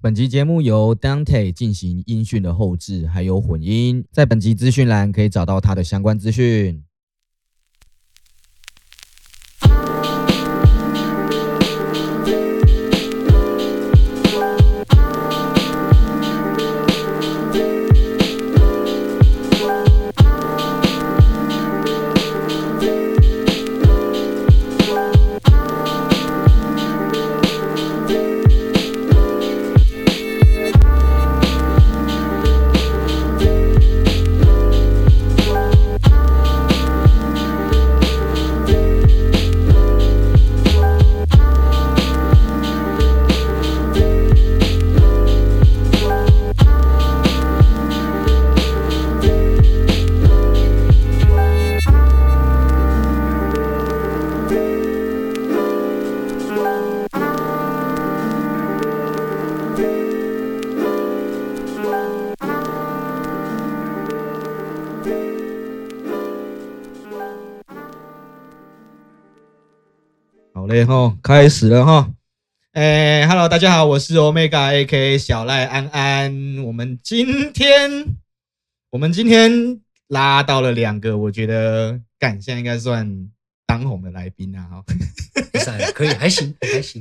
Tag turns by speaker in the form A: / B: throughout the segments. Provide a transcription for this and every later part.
A: 本集节目由 Dante 进行音讯的后置，还有混音，在本集资讯栏可以找到它的相关资讯。好嘞哈，开始了哈。哎、h e l l o 大家好，我是 Omega A K 小赖安安。我们今天，我们今天拉到了两个，我觉得干现在应该算当红的来宾啊哈。
B: 算了，可以，还行，还 行。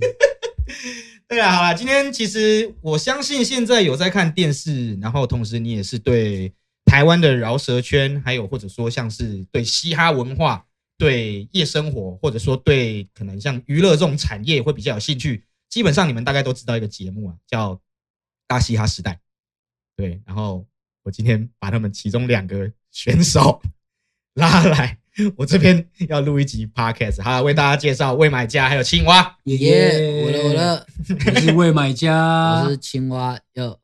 A: 对啊，好啦，今天其实我相信现在有在看电视，然后同时你也是对台湾的饶舌圈，还有或者说像是对嘻哈文化、对夜生活，或者说对可能像娱乐这种产业会比较有兴趣。基本上你们大概都知道一个节目啊，叫《大嘻哈时代》。对，然后我今天把他们其中两个选手拉来，我这边要录一集 podcast，好，为大家介绍未买家还有青蛙。
C: 爷爷，我了我了，
B: 我是未买家
C: 我，是青蛙哟。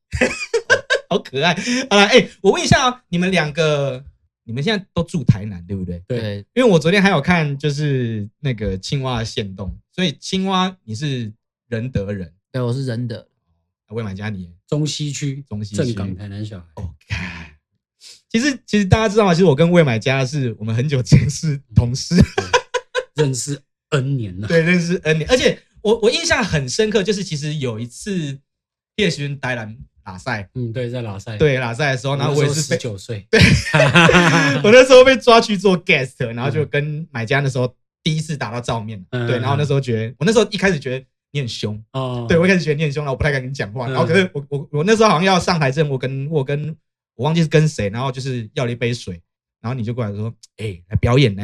A: 好可爱。好了，哎、我问一下、哦，你们两个，你们现在都住台南对不对？
B: 对
C: 对，
A: 因为我昨天还有看，就是那个青蛙的线动，所以青蛙你是仁德人，
C: 对，我是仁德。
A: 魏满家你也
B: 中西区，
A: 中西区
B: 正港台南小孩。
A: OK。其实，其实大家知道吗？其实我跟魏买家是我们很久前是同事，
B: 认识 N 年了。
A: 对，认识 N 年。而且我我印象很深刻，就是其实有一次叶勋台南拉赛，
B: 嗯，对，在拉塞。，
A: 对拉赛的时候，然后我也是
B: 十
A: 被
B: 九岁。
A: 我那时候被抓去做 guest，然后就跟买家那时候第一次打到照面，
B: 嗯
A: 对，然后那时候觉得，我那时候一开始觉得你很凶，
B: 哦，
A: 对我一开始觉得你很凶，然后我不太敢跟你讲
B: 嗯
A: 话，然后可是我我我那时候好像要上台证，我跟我跟我忘记是跟谁，然后就是要了一杯水，然后你就过来说，哎、来表演呢，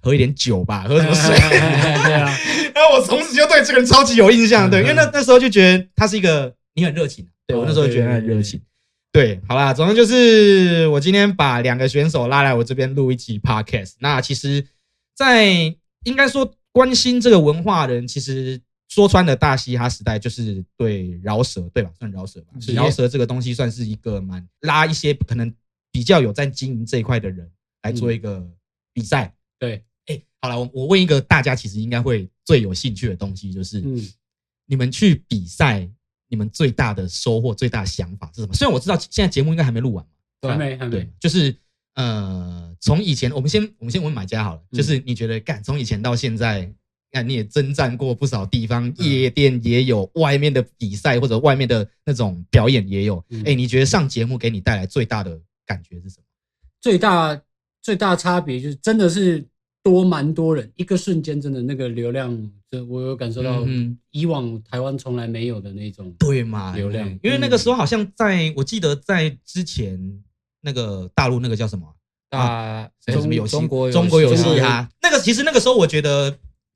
A: 喝一点酒吧，喝什么水？
B: 对啊，
A: 然后我从此就对这个人超级有印象，对，
B: 嗯
A: 因为那那时候就觉得他是一个你很热情，啊对我那时候觉得他很热情。对，好啦，总之就是我今天把两个选手拉来我这边录一集 podcast。那其实，在应该说关心这个文化的人，其实说穿了，大嘻哈时代就是对饶舌，对吧？算饶舌吧，
B: 是
A: 饶舌这个东西算是一个蛮拉一些可能比较有在经营这一块的人来做一个比赛。
B: 对，
A: 哎、好了，我我问一个大家其实应该会最有兴趣的东西，就是、
B: 嗯，
A: 你们去比赛，你们最大的收获、最大的想法是什么？虽然我知道现在节目应该还没录完嘛，
B: 还没，还
A: 对
B: 没。，
A: 就是呃，从以前我们先我们先问买家好了，
B: 嗯
A: 就是你觉得干从以前到现在，那你也征战过不少地
B: 嗯
A: 方，夜店也有，外面的比赛或者外面的那种表演也有，哎、
B: 嗯
A: 你觉得上节目给你带来最大的感觉是什么？
B: 最大最大差别就是真的是多蛮多人，一个瞬间真的那个流量，这我有感受到
A: 嗯哼
B: 以往台湾从来没有的那种。
A: 对嘛，
B: 流量
A: 因为那个时候好像在我记得在之前那个大陆那个叫什么啊
C: 大
A: 什么什么有
C: 中
A: 嘻
C: 中国
A: 中国有啊
B: 哎中国
A: 嘻
B: 有
A: 哈，那个其实那个时候我觉得，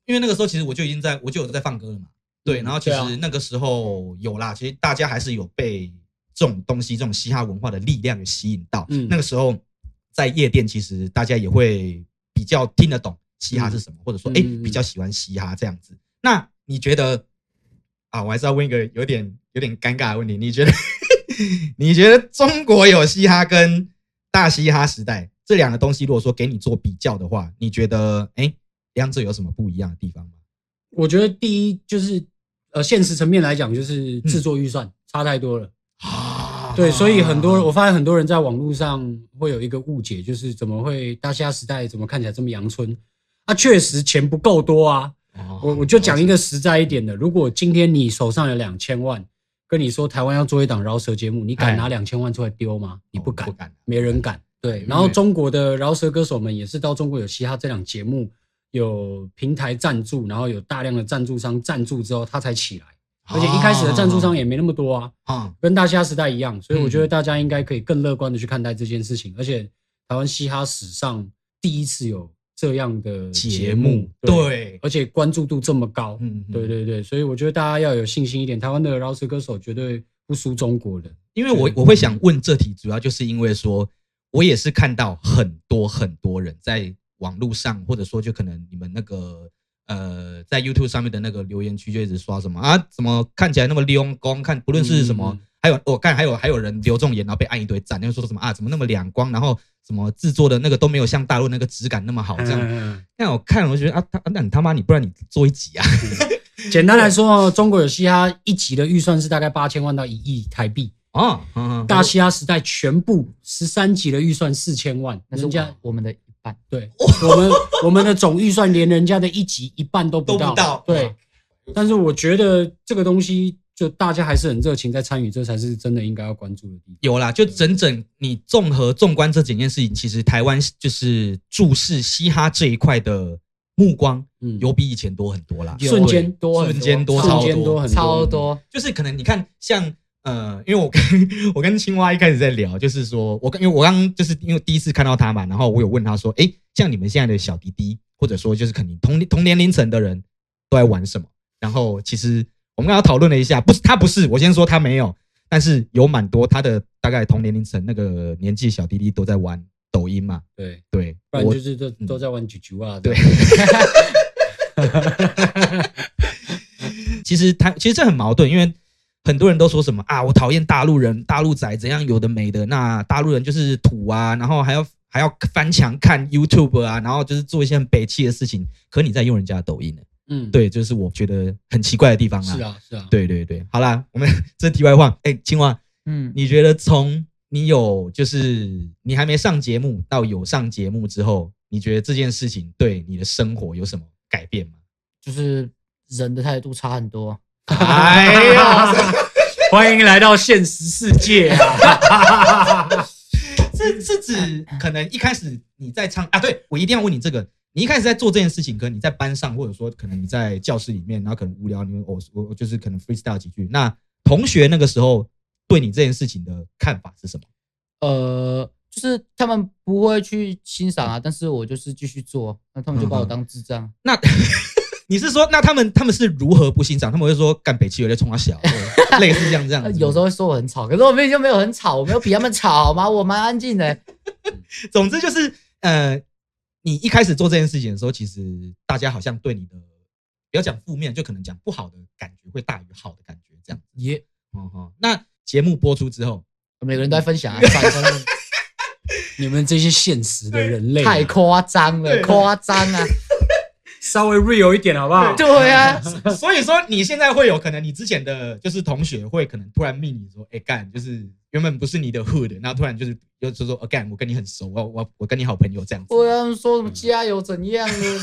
A: 因为那个时候其实我就已经在我就有在放歌了嘛，对，
B: 嗯
A: 然后其
B: 对啊
A: 实那个时候有啦，其实大家还是有被这种东西这种嘻哈文化的力量给吸引到，
B: 嗯
A: 那个时候在夜店其实大家也会比较听得懂嘻哈是什么，或者说哎、
B: 嗯嗯嗯
A: 比较喜欢嘻哈这样子。那你觉得啊，我还是要问一个有点有点尴尬的问题，你觉得 你觉得中国有嘻哈跟大嘻哈时代这两个东西，如果说给你做比较的话，你觉得哎、两者有什么不一样的地方吗？
B: 我觉得第一就是呃，现实层面来讲，就是制作预算差太多了。
A: 啊
B: 对，所以很多人，我发现很多人在网络上会有一个误解，就是怎么会大虾时代怎么看起来这么阳春？啊，确实钱不够多啊。
A: 哦
B: 我我就讲一个实在一点的，如果今天你手上有两千万，跟你说台湾要做一档饶舌节目，你敢
A: 哎
B: 拿两千万出来丢吗？你不敢
A: 不，敢，
B: 没人敢。对，
A: 嗯
B: 然后中国的饶舌歌手们也是到中国有嘻哈这档节目有平台赞助，然后有大量的赞助商赞助之后，他才起来。
A: 哦
B: 而且一开始的赞助商也没那么多啊，
A: 啊，
B: 跟大虾时代一样，所以我觉
A: 嗯
B: 得大家应该可以更乐观的去看待这件事情。而且台湾嘻哈史上第一次有这样的
A: 节
B: 节
A: 目
B: 目，
A: 对，
B: 而且关注度这么高，
A: 嗯，
B: 对，对对，所以我觉得大家要有信心一点，台湾的饶舌歌手绝对不输中国的。
A: 因为我我会想问这题，主要就是因为说，我也是看到很多很多人在网络上，或者说就可能你们那个呃，在 YouTube 上面的那个留言区就一直刷什么啊，怎么看起来那么溜光，看不论是什么。
B: 嗯
A: 还有我看还有还有人留这种言，然后被按一堆赞，就说什么啊，怎么那么两光，然后什么制作的那个都没有像大陆那个质感那么好这样。
B: 嗯
A: 那我看了我就觉得啊，他那你他妈你不然你做一集啊，
B: 简单来说哦，中国有嘻哈一集的预算是大概八千万到一亿台币，
A: 哦，嗯嗯
B: 大嘻哈时代全部十三集的预算四千万，
C: 那是
B: 人家
C: 我我们的一半。
B: 对我们我们的总预算连人家的一集一半都不
A: 都
B: 到，
A: 不到
B: 对，但是我觉得这个东西就大家还是很热情在参与，这才是真的应该要关注的地
A: 有啦，就整整你综合纵观这几件事情，其实台湾就是注视嘻哈这一块的目光，
B: 方。嗯，
A: 有比以前多很多啦。
C: 有
B: 瞬间
C: 多很
A: 瞬间多
B: 瞬
A: 超
B: 间多
A: 多，
B: 很
C: 超多，
A: 就是可能你看像呃，因为我跟 我跟青蛙一开始在聊，就是说我跟因为我刚就是因为第一次看到他嘛，然后我有问他说，诶，像你们现在的小弟弟，或者说就是肯定同同年龄层的人都在玩什么？然后其实我们刚刚讨论了一下，不是他不是，我先说他没有，但是有蛮多他的大概同年龄层那个年纪小弟弟都在玩抖音嘛，
B: 对，
A: 对，
B: 不然
A: 我
B: 就是都
A: 嗯
B: 都在玩九九啊，
A: 对
B: 对，
A: 其实他其实这很矛盾，因为很多人都说什么啊，我讨厌大陆人、大陆仔怎样有的没的，那大陆人就是土啊，然后还要还要翻墙看 YouTube 啊，然后就是做一些很北气的事情。可你在用人家的抖音呢？
B: 嗯，，
A: 对，这、是我觉得很奇怪的地方啦。
B: 是，啊，是啊，
A: 对对对，好啦，我们 这题外话，哎、青蛙，
C: 嗯，
A: 你觉得从你有就是你还没上节目到有上节目之后，你觉得这件事情对你的生活有什么改变 吗？
C: 就是人的态度差很多。
A: 哎呀！
B: 啊 欢迎来到现实世界啊！
A: 这是指可能一开始你在唱啊，对我一定要问你这个，你一开始在做这件事情，可能你在班上，或者说可能你在教室里面，然后可能无聊，你会我我我就是可能 freestyle 几句。那同学那个时候对你这件事情的看法是什么？
C: 呃，就是他们不会去欣赏啊，但是我就是继续做，那他们就把我
A: 嗯哼
C: 当智障。
A: 那 你是说，那他们他们是如何不欣赏？他们会说干北汽有在冲他小，或者类似这样这样
C: 呃
B: 嗯
A: 子。
C: 有时候会说我很吵，可是我明明就没有很吵，我没有比他们吵好吗？我蛮安静的、
A: 总之就是呃，你一开始做这件事情的时候，其实大家好像对你的不要讲负面，就可能讲不好的感觉会大于好的感觉这样。
C: 也
A: 哦哦，那节目播出之 后，
C: 每个人都在分享啊，反正
B: 你们这些现实的人类啊，
C: 太夸张
A: 对
C: 了，夸张啊！
B: 稍微 real 一点好不好？
C: 对啊，
A: 所以说你现在会有可能，你之前的就是同学会可能突然命你说，哎、干，就是原本不是你的 hood，然后突然就是又就说，哦干，我跟你很熟，我我我跟你好朋友这样子。
C: 我跟他们说什么加油怎样的，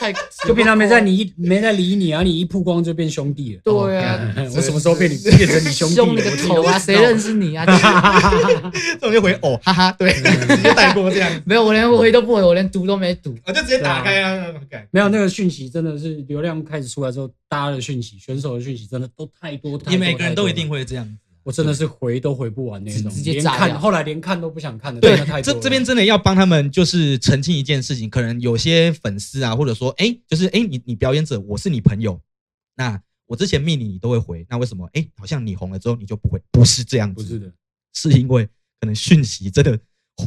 C: 太
B: 就平常没在。你没在理你啊，你一曝光就变兄弟了。哦
C: 对啊，
B: 我什么时候变你变成你兄弟了？
C: 凶
B: 我
C: 你个
B: 自己都
C: 头
B: 不知
C: 啊！
B: 道
C: 谁认？识你 啊？就是
A: 这种就回哦，哈哈，对，直接带过这样子，
C: 没有，我连回都不回，我连读都没读。
A: 我就直接打开啊，干
B: 没有那个讯息，真的是流量开始出来之后，大家的讯息、选手的讯息真的都太多，太多
A: 你每个人都一定
B: 太多
A: 会
B: 了
A: 这样子。
B: 我真的是回都回不完那种，
C: 直接
B: 连
C: 炸掉
B: 看后来连看都不想看的，真
A: 对
B: 的太，多
A: 这
B: 了。
A: 这边真的要帮他们，就是澄清一件事情，可能有些粉丝啊，或者说，哎、就是哎、诶你你表演者，我是你朋友，那我之前密你，你都会回，那为什么？哎、好像你红了之后你就不回？不是这样
B: 不
A: 子，
B: 是的，
A: 是因为可能讯息真的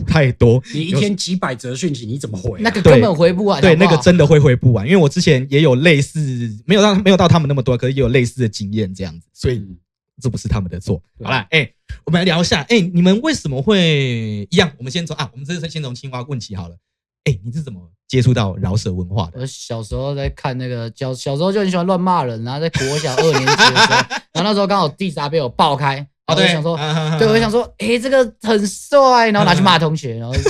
A: 太多，
B: 你一天几百则讯息，你怎么回啊？
C: 那个根本回不完，
A: 对，
C: 好不
A: 那
C: 好
A: 个真的会回不完。因为我之前也有类似，没有到没有到他们那么多，可是也有类似的经验这样子，所以
B: 嗯
A: 这不是他们的错。
B: 对
C: 啊
A: 好啦，哎、我们来聊一下，哎、你们为什么会一样？我们先从啊，我们这次先从青蛙问起好了。哎、你是怎么接触到饶舌文化的？
C: 我小时候在看那个小小时候就很喜欢乱骂人，啊然后在国小二年级的时 候，然后那时候刚好地闸被我爆开，
A: 哦
C: 然后我就想说，
A: 嗯
C: 对，我就想说，诶，这个很帅，然后拿去骂同学，然后就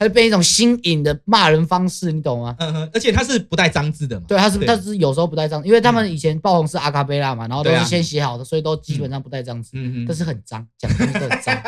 C: 他就变一种新颖的骂人方式，你懂吗？
A: 嗯哼，而且他是不带脏字的嘛。
C: 对，他是
A: 对嗯
C: 他是有时候不带脏，因为他们以前爆红是阿卡贝拉嘛，然后都
A: 对啊
C: 是先写好的，所以都基本上不带脏字，
A: 嗯嗯，
C: 但是很脏，讲东西都很脏。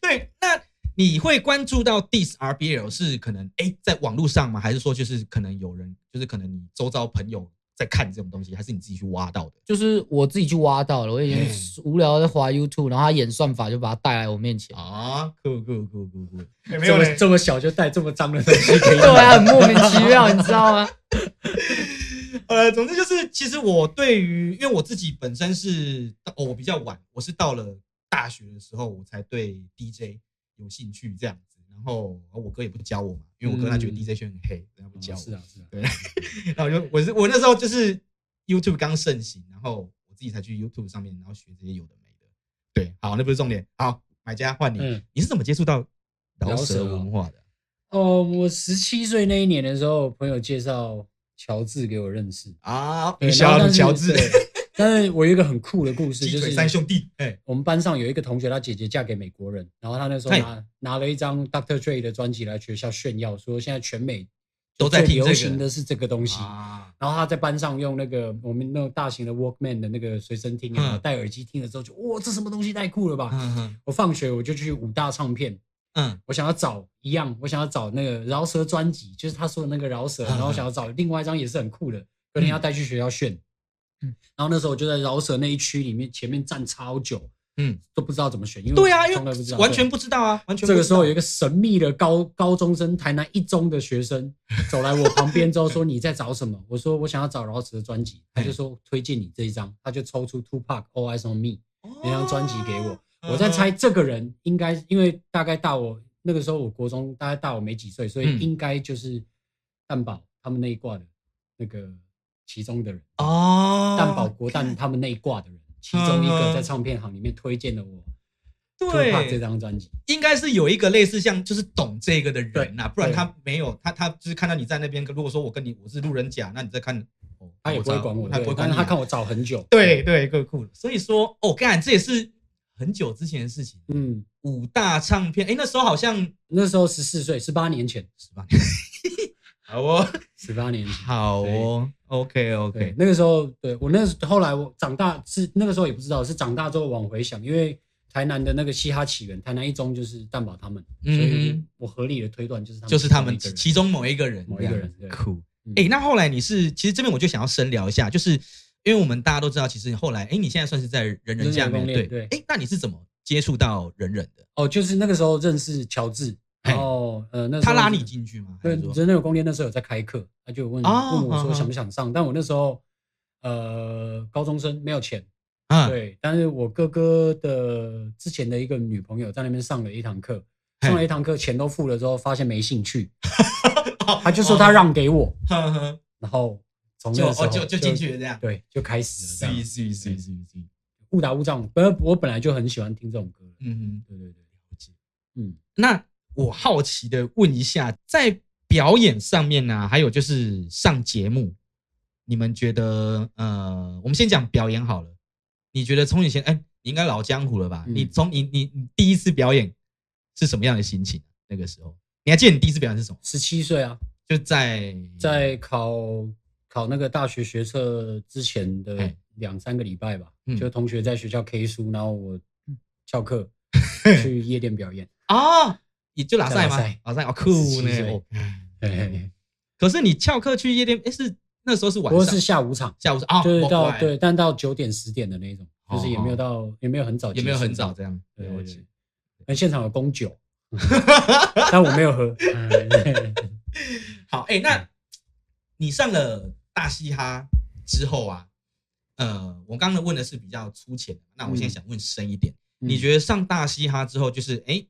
A: 对，那你会关注到 diss RBL 是可能哎、诶在网络上吗？还是说就是可能有人就是可能你周遭朋友在看这种东西，还是你自己去挖到的？
C: 就是我自己去挖到了，我以前
A: 嗯
C: 无聊在滑 YouTube，然后他演算法就把它带来我 面前。
A: 啊，酷酷酷酷酷，哎没
B: 这
A: 有
B: 么
A: 嘞
B: 这么小就带这么脏的东西给
C: 对啊，
B: 你，
C: 很莫名其妙，你知道 吗？
A: 呃，总之就是，其实我对于，因为我自己本身是，哦，我比较晚，我是到了大学的时候，我才对 DJ 有兴趣这样子。然后呃我哥也不教我嘛，因为我哥他觉得
B: 嗯
A: DJ 圈很黑，然后不教我。
B: 是啊是啊，
A: 然后我就我是我那时候就是 YouTube 刚盛行，然后我自己才去 YouTube 上面，然后学这些有的没的。对，好，那不是重点。好，买家换你，
B: 嗯。
A: 你是怎么接触到饶
B: 饶
A: 舌
B: 舌哦
A: 文化的？
B: 哦，我十七岁那一年的时候，朋友介绍乔治给我认识，
A: 啊，
B: 对
A: 你
B: 然
A: 想
B: 后但
A: 到
B: 是
A: 乔治，
B: 对但是我有一个很酷的故 事，
A: 鸡
B: 就
A: 腿
B: 是
A: 三兄弟，哎，
B: 我们班上有一个同学，他姐姐嫁给美国人，然后他那时候
A: 嘿
B: 拿拿了一张 Dr. Dre 的专辑来学校炫耀，说现在全美
A: 都在
B: 最
A: 听这
B: 流
A: 个
B: 行的是这个东西。
A: 啊，
B: 然后他在班上用那个我们那种大型的 Walkman 的那个随身听啊，
A: 嗯
B: 戴耳机听的时候就哇，这什么东西太酷了吧！
A: 嗯嗯
B: 我放学我就去五大唱片，
A: 嗯，
B: 我想要找一样，我想要找那个饶舌专辑，就是他说的那个饶舌，
A: 嗯
B: 然后我想要找另外一张也是很酷的，隔天要带去学校炫。
C: 嗯
B: 然后那时候我就在饶舌那一区里面前面站超久，
A: 嗯，
B: 都不知道怎么选，因为
A: 对啊，因
B: 从来不知
A: 为
B: 道
A: 完全
B: 对
A: 不知道啊，完全不知道
B: 这个时候有一个神秘的高高中生，台南一中的 学生走来我旁边之后说：“你在找什么？”我说：“我想要找饶舌的专辑。”他就说：“推荐你这一张。”他就抽出 Two Pack All Eyes on Me
A: 哦
B: 那张专辑给我，
A: 嗯
B: 我在猜，这个人应该因为大概大我那个时候，我国中大概大我没几岁，所以
A: 嗯
B: 应该就是蛋宝他们那一挂的那个其中的人，
A: 哦，
B: 蛋宝国蛋他们那一挂的人，其中一
A: 嗯
B: 个
A: 嗯
B: 在唱片行里面推荐了我 Tupac 这
A: 对，
B: 张专辑。
A: 应该是有一个类似像就是懂这个的人啊呐、不然
B: 对
A: 他没有他他就是看到你在那边，如果说我跟你我是路人甲，那你在看，哦
B: 他也不会管我，
A: 他也不
B: 对
A: 会
B: 但
A: 管
B: 是
A: 你，
B: 他看我找很久。
A: 对，对，够酷的。所以说，哦，干，这也是很久之前的事情。
B: 嗯，
A: 五大唱片，哎，那时候好像
B: 那时候十四岁，十八年前，
A: 十八年，好哦，
B: 十八年前。
A: 好哦，OK
B: 对
A: OK，，
B: 那个时候，对我那时后来我长大是那个时候也不知道，是长大之后往回想，因为台南的那个嘻哈起源，台南一中就是蛋堡他们，
A: 嗯
B: 所以我合理的推断就是他们
A: 就是他们
B: 其中
A: 其中
B: 一个人
A: 某一个人，
B: 某一个人对
A: 酷。
B: 嗯
A: 哎、那后来你是，其实这边我就想要深聊一下，就是因为我们大家都知道，其实后来，哎、你现在算是在人人下面
B: 人人公链
A: 对，哎、
B: 对
A: 那你是怎么接触到人人的？
B: 哦，就是那个时候认识乔治，然后呃那时
A: 他
B: 候
A: 拉
B: 是
A: 你进去吗？还
B: 对，
A: 是说
B: 人那个公练那时候有在开课，他就有问、
A: 哦
B: 问
A: 嗯嗯
B: 我说想不想上，但我那时候呃高中生没有钱，
A: 啊，
B: 对，但是我哥哥的之前的一个女朋友在那边上了一堂课，
A: 嘿
B: 上了一堂课钱都付了之后，发现没兴趣，
A: 哦
B: 他就说他，让给我，
A: 哦呵呵
B: 然后从
A: 就
B: 那个时
A: 哦
B: 候
A: 就就进，去了这样，
B: 对，就开始了
A: 是
B: 这样，
A: 是是是是，
B: 误打误撞。本来我本来就很喜欢听这种歌，
A: 嗯哼，
B: 对对对，
A: 了解。
B: 嗯，
A: 那我好奇的问一下，在表演上面呢、还有就是上节目，你们觉得呃，我们先讲表演好了。你觉得从以前，哎、你应该老江湖了吧？
B: 嗯
A: 你从你你你第一次表演是什么样的心情？啊那个时候，你还记得你第一次表演是什么？
B: 十七岁啊，
A: 就在
B: 在考考那个大学学测之前的
A: 嘿
B: 两三个礼拜吧
A: 嗯，
B: 就同学在学校 K 书，然后我 翘课去夜店表演，
A: 啊，也就拉赛吗
B: 在拉塞？
A: 拉赛哦，酷
B: 17
A: 呢
B: 岁
A: 哦。
B: 嘿嘿嘿
A: 可是你翘课去夜店，哎、是那时候是
B: 嗯不
A: 晚
B: 过
A: 上
B: 是下午场。
A: 下午是啊，
B: 就是
A: 哦
B: 到
A: 晚
B: 对，但到九点十点的那种，就是也没有到，也没有很早，
A: 也没有很早，这样。
B: 对
A: 了
B: 对
A: 解
B: 对。那哎现场有 供酒，但我没有喝。
A: 哎
B: 嗯
A: 好，哎、那你上了大嘻哈之后啊，呃，我刚刚问的是比较粗浅的，那我现在想问深一点，
B: 嗯
A: 你觉得上大嘻哈之后，就是哎、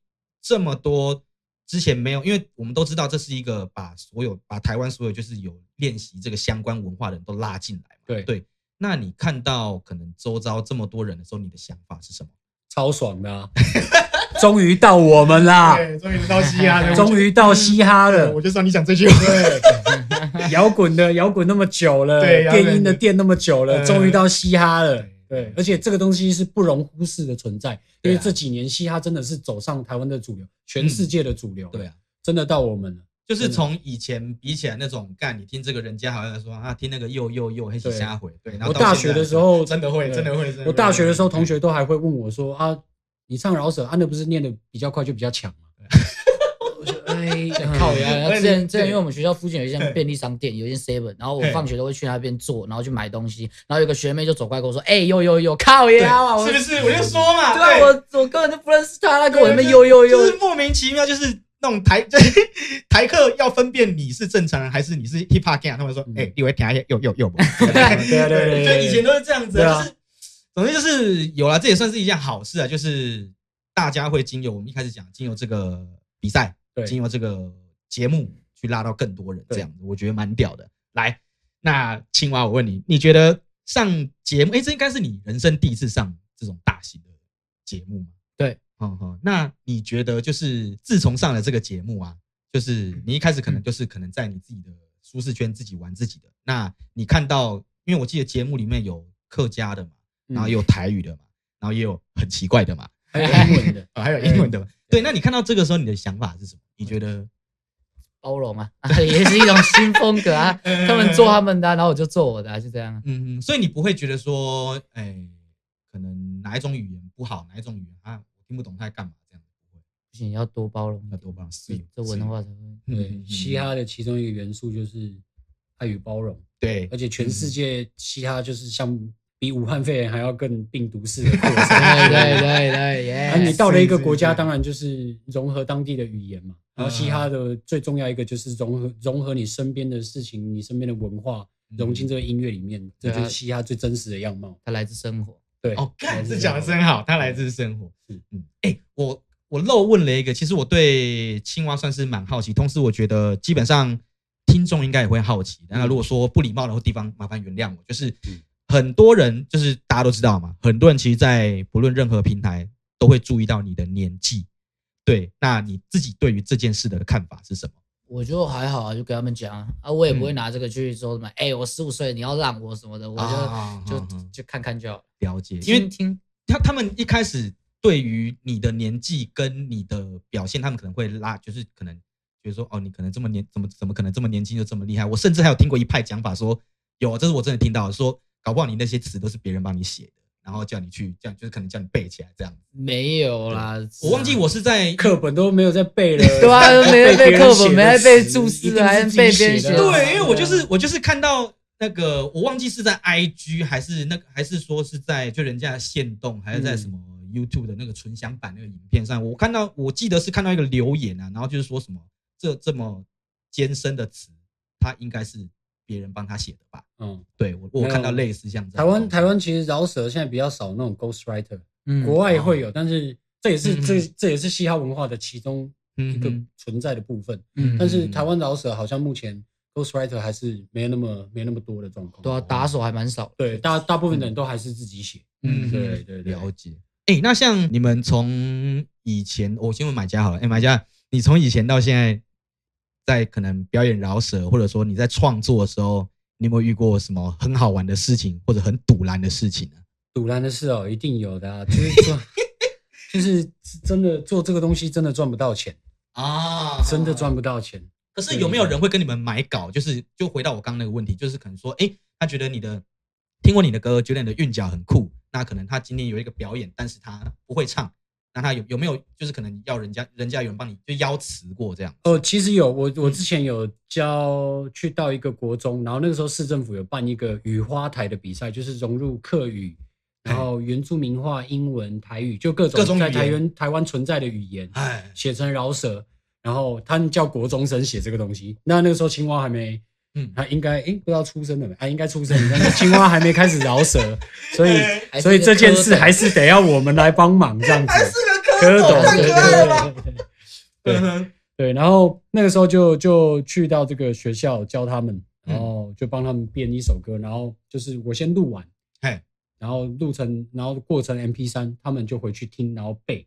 A: 这么多之前没有，因为我们都知道这是一个把所有把台湾所有就是有练习这个相关文化的人都拉进来嘛，
B: 对
A: 对。那你看到可能周遭这么多人的时候，你的想法是什么？
B: 超爽的啊！ 终于到我们啦，
A: 对，终于到
C: 嘻哈了
B: 终于到嘻哈了。
A: 就知道你讲这句话。
B: 摇滚的摇滚那么久
A: 嗯
B: 了，
A: 对摇滚的
B: 电音的电那么久了，
A: 嗯
B: 终于到嘻哈了。
A: 对
B: 对，而且这个东西是不容忽视的存在，因
A: 对啊嗯
B: 为这几年嘻哈真的是走上台湾的主流，全世界的主流。
A: 对啊，
B: 真的到我们了。
A: 就是
B: 真的
A: 从以前比起来那种干，你听这个人家好像说啊，听那个又又又黑起
B: 对
A: 瞎回，对。然后
B: 我
A: 到
B: 大
A: 现
B: 学
A: 在
B: 的时候
A: 真的会，
B: 对
A: 真的会，真的会
B: 我大学的时候，同学都还会问我说啊，你唱饶舌啊，那不是念的比较快就比较强吗？我说哎，
C: 靠
B: 靠呀，
C: 呀！然后
A: 那
C: 之
A: 你
C: 前之前，
A: 对
C: 因为我们学校附近有一间便利商店，有一间 Seven，然后我
A: 嘿
C: 放学都会去那边坐，然后去买东西。然后有个学妹就走过来跟我说：“哎、呦呦呦，靠呀啊！”我
A: 是不是？我就说嘛，
C: 对啊，
A: 对，
C: 我我根本就不认识她，她跟我那边
A: 对
C: 呦呦呦
A: 就。是莫名其妙，就是那种台 就是台客要分辨你是正常人还是你是 hip hop gang，他们说，
B: 嗯
A: 哎，你会听一下又又又不？
B: 对啊对啊对
A: 就
B: 啊对啊
A: 以前都是这样子
B: 对
A: 啊，
B: 啊
A: 就是总之就是有了，这也算是一件好事啊，就是大家会经由我们一开始讲，经由这个比赛，
B: 对
A: 经由这个节目去拉到更多人，
B: 对
A: 这样子我觉得蛮屌的。来，那青蛙，我问你，你觉得上节目？哎，这应该是你人生第一次上这种大型的节目吗？
C: 对，
A: 嗯哼，那你觉得就是自从上了这个节目啊，就是你一开始可
B: 嗯
A: 能就是可能在你自己的舒适圈自己玩自己的。那你看到，因为我记得节目里面有客家的嘛，
B: 嗯
A: 然后也有台语的嘛，然后也有很奇怪的嘛，
B: 还有英文的，
A: 啊，还有英文的嘛。对，那你看到这个时候，你的想法是什么？你觉得？
C: 包容啊， 也是一种新风格啊。他们做他们的啊、然后我就做我的、啊，就这样啊。
A: 嗯，所以你不会觉得说，哎、可能哪一种语言不好，哪一种语言啊，我听不懂他在干嘛，这样不
B: 嗯
A: 会，
C: 不行，要多包容一
A: 要
C: 点，
A: 多帮适
C: 这
A: 应
C: 这文化才会。
A: 嗯
B: 对，嘻，哈的其中一个元素就是爱与包容，
A: 对
B: 而且全世界嘻哈就是像比武汉肺炎还要更病毒式的扩
C: 对
B: 散。
C: 对对对，
B: 啊，你
C: 耶！
B: 到了一个国
A: 是
B: 家，
A: 是
B: 当然就是融合当地的语言嘛。然后嘻哈的最重要一个就是融合融合你身边的事情，你身边的文化融进这个音乐里面，这就是嘻哈最真实的样貌。
C: 他来自生活，
B: 对，
A: 哦，看这
B: 是
A: 讲的真好，它来自生活。
B: 是
A: 嗯，哎、我我漏问了一个，其实我对青蛙算是蛮好奇，同时我觉得基本上听众应该也会好奇。那如果说不礼貌的地方，麻烦原谅我。就是
B: 嗯
A: 很多人，就是大家都知道嘛，很多人其实，在不论任何平台，都会注意到你的年纪。对，那你自己对于这件事的看法是什么？
C: 我就还好啊，就跟他们讲啊，啊，我也不会
A: 嗯
C: 拿这个去说什么，哎、我十五岁，你要让我什么的，我就、
A: 啊
C: 就
B: 嗯
A: 啊啊
C: 就看看就好了。
A: 了解，因
C: 因
A: 为
C: 为听
A: 他他们一开始对于你的年纪跟你的表现，他们可能会拉，就是可能觉得说，哦，你可能这么年，怎么怎么可能这么年轻就这么厉害？我甚至还有听过一派讲法说，有，这是我真的听到的，说搞不好你那些词都是别人帮你写的，然后叫你去，这样就是可能叫你背起来这样。
C: 没有啦，啊
A: 我忘记我是在
B: 课本都没有在背了，
C: 对啊
B: 还
C: 没在背
B: 别人
C: 课本
B: 写的
C: 没在背
B: 词
C: 注
B: 一
C: 释
B: 定
C: 还
B: 是自己
C: 背别
B: 写
C: 人写
B: 的
C: 的
B: 啊。
C: 啊
A: 对，因为我就是
B: 啊
A: 我就是看到那个，我忘记是在 IG 还是那个还是说是在就人家的线动还
B: 嗯
A: 是在什么 YouTube 的那个纯享版那个影片上，我看到我记得是看到一个留言啊，然后就是说什么这这么艰深的词，它应该是别人帮他写的吧？
B: 嗯，
A: 对我我有看到类似像这
B: 台
A: 样的
B: 湾
A: 东西
B: 台湾其实饶舌现在比较少那种 ghost writer，
C: 嗯
B: 国外也会
A: 哦
B: 有，但是这也是
A: 嗯
B: 这这也是嘻哈文化的其中一个
A: 嗯
B: 存在的部分。
C: 嗯
B: 但是台湾饶舌好像目前 Ghostwriter 还是没有那么没那么多的状况。
C: 对啊，打手还蛮少的。
B: 对，大大部分的人都还是自己写。
A: 嗯
B: 对对对
A: 了解。哎、那像你们从以前，我先问买家好了。哎、买家，你从以前到现在，在可能表演饶舌，或者说你在创作的时候，你有没有遇过什么很好玩的事情，或者很堵然的事情呢、
B: 赌蓝的事哦，一定有的啊，就是说， 就是真的做这个东西真的赚不到钱，
A: 啊？
B: 真的赚不到钱。
A: 可是有没有人会跟你们买稿？就是就回到我刚刚那个问题，就是可能说，哎、他觉得你的听过你的歌，觉得你的韵脚很酷，那可能他今天有一个表演，但是他不会唱，那他有有没有就是可能要人家人家有人帮你就邀词过这样？
B: 哦，其实有我
A: 嗯
B: 我之前有教去到一个国中，然后那个时候市政府有办一个语花台的比赛，就是融入客语，然后原住民话、英文、台语，就各种
A: 各种
B: 在
A: 语
B: 台
A: 言
B: 湾台湾存在的语言。
A: 哎，
B: 写成饶舌，然后他们叫国中生写这个东西。那那个时候青蛙还没，
A: 嗯
B: 他应该诶、不知道出生了没？啊，应该出生了，但是青蛙还没开始饶 舌，所以
C: 还是
B: 所以
C: 个
B: 这件
C: 科
B: 事
C: 本
B: 还是得要我们来帮忙这样子。
A: 个
B: 懂
C: 太
B: 对对对
C: 可爱
B: 对对对
A: 吧？
B: 对，然后那个时候就就去到这个学校教他们，然后就帮他们编一首歌，然后就是我先录完，
A: 嘿，
B: 然后录成，然后过成 MP 三，他们就回去听，然后背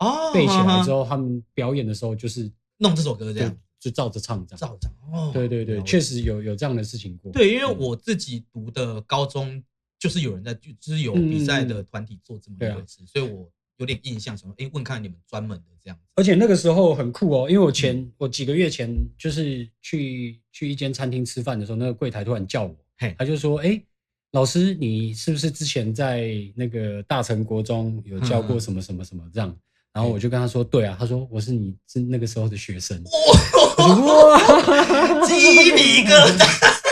A: 哦，
B: 背起来之
A: 后
B: 后，他们表演的时候就是
A: 弄这首歌这
B: 对
A: 样，，
B: 就照着唱这样。
A: 照着哦，
B: 对对对，
A: 了解
B: 确实有有这样的事情过。
A: 对，因为我自己
B: 嗯
A: 读的高中就是有人在，就是有比赛的团体做这么一回事，所以我有点印象，想说哎、诶问看你们专门的这样子。
B: 而且那个时候很酷哦，因为我前、我几个月前就是去去一间餐厅吃饭的时候，那个柜台突然叫我
A: 嘿，
B: 他就说：“哎、老师，你是不是之前在那个大成国中有教
A: 嗯
B: 过
A: 嗯
B: 什么什么什么这样？”然后我就跟他说：“对啊。”他说：“我是你是那个时候的学生。”我说：“哇，
A: 鸡皮疙瘩，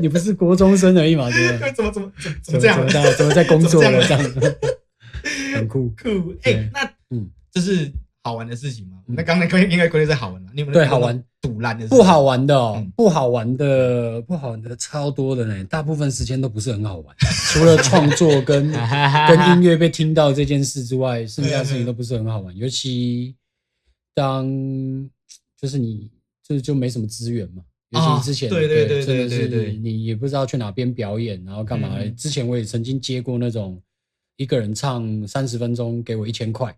B: 你不是国中生而已嘛，对不对？
A: 怎么怎么怎么 怎
B: 怎么
A: 么这样？
B: 怎么怎么在工作了这
A: 怎么
B: 样？ 很酷。
A: 酷哎、
B: 对
A: 那
B: 嗯
A: 嗯，这是好玩的事情吗？
B: 嗯
A: 那刚才应该归类在好玩了，啊你们
B: 对好玩
A: 堵烂的事情
B: 不好玩的哦，
A: 嗯
B: 不好玩的，不好玩的超多的呢，大部分时间都不是很好玩， 除了创作跟 跟音乐被听到这件事之外，剩下的事情都不是很好玩，尤其当就是你就是就没什么资源嘛。尤
A: 啊
B: 其之前，
A: 对对对
B: 真的
A: 对
B: 是
A: 对对
B: 你也不知道去哪边表演，然后干嘛。
A: 嗯
B: 之前我也曾经接过那种一个人唱三十分钟，给我一千块，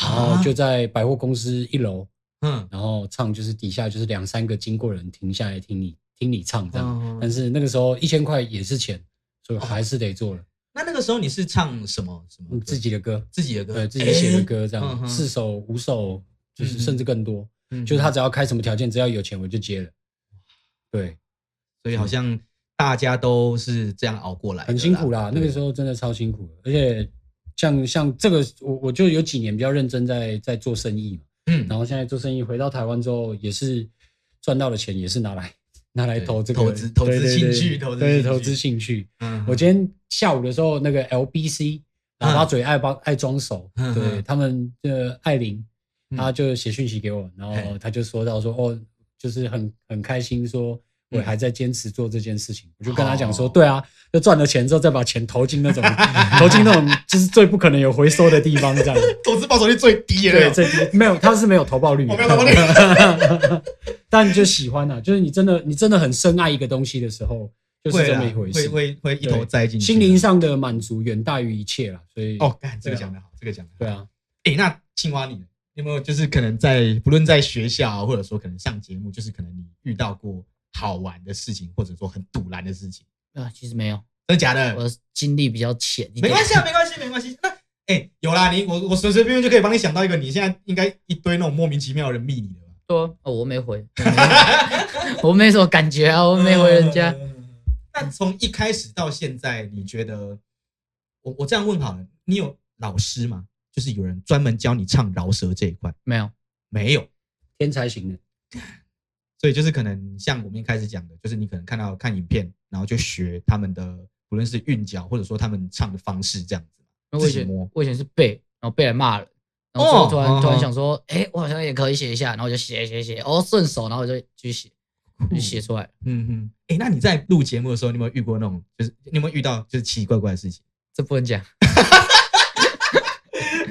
A: 啊
B: 然后哦就在百货公司一楼，
A: 嗯
B: 然后唱就是底下就是两三个经过人停下来听你听你唱这样。
A: 嗯
B: 但是那个时候一千块也是钱，所以我还是得做了、
A: 那那个时候你是唱什么什么歌
B: 嗯自己的歌，
A: 自己的歌，
B: 对自己写的歌
A: 嗯
B: 这样，
A: 哼
B: 四首五首就是
A: 嗯
B: 甚至更多，
A: 诶，嗯
B: 就是他，只要开什么条件，只要有钱我就接了。对，
A: 所以好像大家都是这样熬过来的，
B: 很辛苦啦，那个时
A: 候
B: 候真的超辛苦的，而且像像这个我我就有几年比较认真在在做生意嘛，
A: 嗯
B: 然后现在做生意回到台湾之后也是赚到的钱也是拿来。拿来
A: 对
B: 投这个
A: 投资投资
B: 对对对
A: 兴趣投资
B: 对
A: 兴趣
B: 投资兴趣，
A: 嗯
B: 我今天下午的时候，那个 LBC 喇叭
A: 嗯
B: 嘴爱帮爱装熟，
A: 嗯
B: 对
A: 嗯
B: 他们的艾琳，
A: 嗯
B: 她就写讯息给我，然后
A: 嘿
B: 她就说到说哦，就是很很开心说。我还在坚持做这件事情，我就跟她讲说，
A: 嗯哦
B: 对啊，就赚了钱之后再把钱投进 那种投进那种就是最不可能有回收的地方，这样
A: 投资报酬率最低
B: 对，
A: 了，
B: 这没有，他是没有投报率的，
A: 我没有投报率
B: 但就喜欢啊，就是你真的你真的很深爱一个东西的时候，就是
A: 会
B: 这
A: 啦
B: 么一回
A: 会
B: 事，
A: 会会一头栽进去，啊
B: 心灵上的满足远大于一切啦，所以
A: 哦，干这个讲得好，这个讲得好。
B: 对啊，
A: 哎、那青蛙你呢有没有就是可能在不论在学校，或者说可能上节目，就是可能你遇到过好玩的事情，或者说很堵然的事情，
C: 啊，其实没有，
A: 真的假的？
B: 呃
C: 我的经历比较浅一
A: 没
C: 点。
A: 关系啊，没关系，没关系。那哎、欸有啦，你我我随随便便就可以帮你想到一个，你现在应该一堆那种莫名其妙的人密你的吧？
C: 对啊，哦，我没回，我没 我没什么感觉啊，我没回人家。
A: 嗯。那从一开始到现在，你觉得我我这样问好了，你有老师吗？就是有人专门教你唱饶舌这一块？
C: 没有，
A: 没有。
B: 天才型的，
A: 所以就是可能像我们一开始讲的，就是你可能看到看影片，然后就学他们的，不论是韵脚或者说他们唱的方式这样子。
C: 我以
A: 自己摸
C: 前我以前是背，然后背来骂人，然后之
A: 哦
C: 后突然、
A: 哦
C: 突然
A: 哦
C: 想说，哎、我好像也可以写一下，然后我就写写写，哦，顺手，然后我就继续写，就写出来。
A: 嗯嗯。哎、那你在录节目的时候，你有没有遇过那种，就是你有没有遇到就是奇奇怪怪的事情？
C: 这不能讲，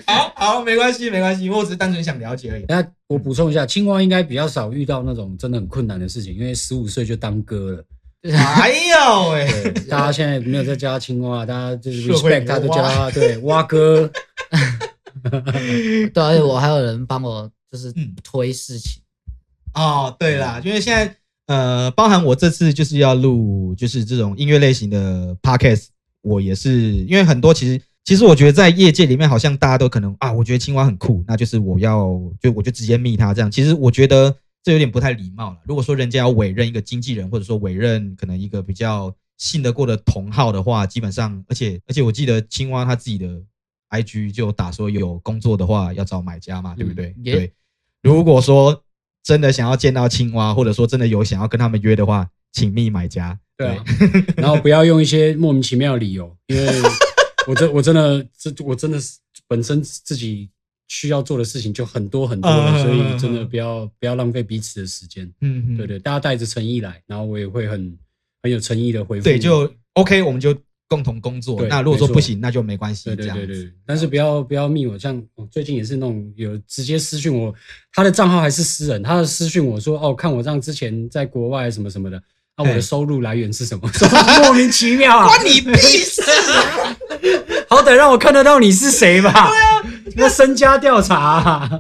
A: 好好，没关系没关系，我只是单纯想了解而已。
B: 那我补充一下，青蛙应该比较少遇到那种真的很困难的事情，因为十五岁就当哥了，
A: 哎呦喂、
B: 对，大家现在没有在叫他青蛙，大家就是
A: 社会
B: respect 他，
A: 牛
B: 都叫他 对蛙哥，
C: 对，啊而且我还有人帮我就是
A: 嗯
C: 推事情，
A: 哦，对啦，
C: 嗯
A: 因为现在呃，包含我这次就是要录就是这种音乐类型的 podcast，我也是因为很多其实其实我觉得在业界里面好像大家都可能啊，我觉得青蛙很酷，那就是我要就我就直接密他这样。其实我觉得这有点不太礼貌了。如果说人家要委任一个经纪人，或者说委任可能一个比较信得过的同号的话，基本上而且而且我记得青蛙他自己的 IG 就打说有工作的话要找买家嘛，对不对？
C: 嗯也
A: 对。如果说真的想要见到青蛙，或者说真的有想要跟他们约的话，请密买家。
B: 对啊，然后不要用一些莫名其妙的理由，因为我真我真的这我真的是本身自己需要做的事情就很多很多
A: 嗯嗯嗯
B: 了，所以真的
A: 嗯
B: 不要不要浪费彼此的时间。
A: 嗯嗯
B: 对对，大家带着诚意来，然后我也会很很有诚意的回复你。
A: 对，就 OK，我们就共同工作。
B: 对
A: 那如果说
B: 没错
A: 不行，那就没关系，
B: 对
A: 这
B: 对
A: 样
B: 对对，
A: 子。
B: 对但是不要不要密我，像我最近也是那种有直接私讯我，他的账号还是私人，他的私讯我说哦，看我这样之前在国外什么什么的，那、我
A: 嘿
B: 的收入来源是什么？ 莫名其妙啊！
A: 关你屁事 啊！
B: 好歹让我看得到你是谁吧？对啊， 那身家调查啊、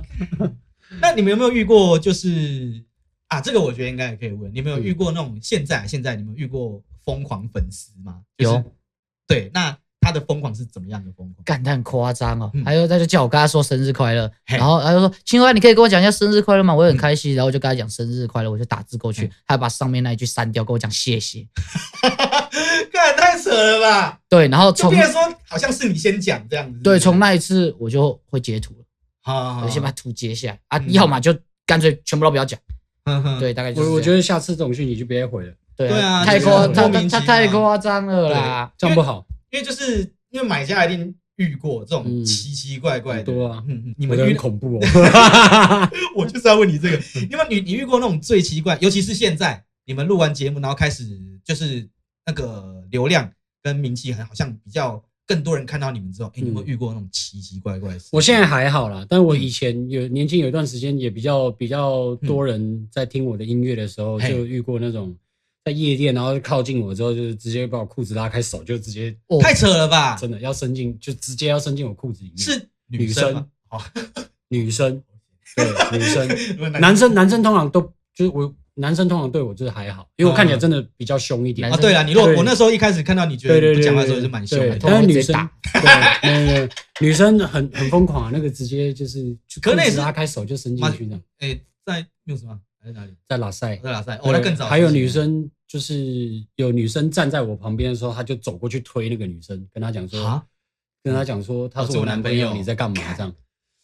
A: 那你们有没有遇过就是啊？这个我觉得应该也可以问，你们有遇过那种现在现在你们有遇过疯狂粉丝吗？就是
C: 有。
A: 对，那他的疯狂是怎么样的疯狂？
C: 干他很夸张哦
A: 嗯，
C: 还有他就叫我跟他说生日快乐，
A: 嘿
C: 然后他就说青蛙，你可以跟我讲一下生日快乐吗？我也很开心，然后我就跟他讲生日快乐，我就打字过去
A: 嗯，
C: 他把上面那一句删掉，跟我讲谢谢。
A: 干太扯了吧！
C: 对，然后
A: 就
C: 从
A: 变成说好像是你先讲这样子。
C: 对从那一次我就会截图了，
A: 好
C: 我就先把图截下来啊，
A: 哦嗯
C: 要么就干脆全部都不要讲。对，大概就是
B: 我我
C: 这
B: 觉
C: 样
B: 得下次这种讯你就别回了，
C: 对
A: 对啊
C: 太
A: 这
C: 夸
A: 个
C: 他
A: 莫
C: 他
A: 名
C: 他
A: 其妙
C: 太夸张了啦。
B: 这样不好。
A: 因为就是因为买家一定遇过这种
B: 嗯
A: 奇奇怪怪的，
B: 很多啊
A: 嗯嗯你
B: 你
A: 们
B: 的
A: 遇
B: 嗯很
A: 到，
B: 恐怖哦。
A: 我就是要问你这个，因为你你遇过那种最奇怪，尤其是现在你们录完节目，然后开始就是那个流量跟名气很好像比较更多人看到你们之后，哎、你有没有
B: 嗯
A: 遇过那种奇奇怪怪的事？
B: 我现在还好啦，但我以前有年轻有一段时间也比较比较多人在听我的音乐的时候，
A: 嘿
B: 就遇过那种在夜店，然后靠近我之后，就是直接把我裤子拉开，手就直接
C: 哦
A: 太扯了吧？
B: 真的要伸进，就直接要伸进我裤子里面。
A: 是
B: 女
A: 生
B: 生
A: 吗？哦，
B: 女生，对女生，
A: 男
B: 男生男生通常都就是我男生通常对我就是还好，因为我
A: 嗯
B: 看起来真的比较凶一点
A: 啊，
C: 嗯。
A: 对了，你如果
B: 对
A: 我那时候一开始看到你觉
B: 对
A: 得
B: 对
A: 你不
B: 对，
A: 讲话的
B: 对
A: 时候，也是蛮凶
B: 对
A: 的。
B: 但是女
C: 直接
B: 生
C: 打，
B: 对，对对对 女生很很疯狂啊，那个直接就是，
A: 可那也是
B: 裤子拉开手就伸进去的，
A: 哎，在用什么？还在哪里？
B: 在拉塞。
A: 在哪赛？哦，那更早。
B: 哎还有女，生，就是有女生站在我旁边的时候，她就走过去推那个女生，跟她讲说
A: 啊，
B: 跟她讲说，他
A: 我
B: 是
A: 是
B: 我
A: 我男
B: 男
A: 朋
B: 朋友，
A: 友
B: 你在干嘛这样？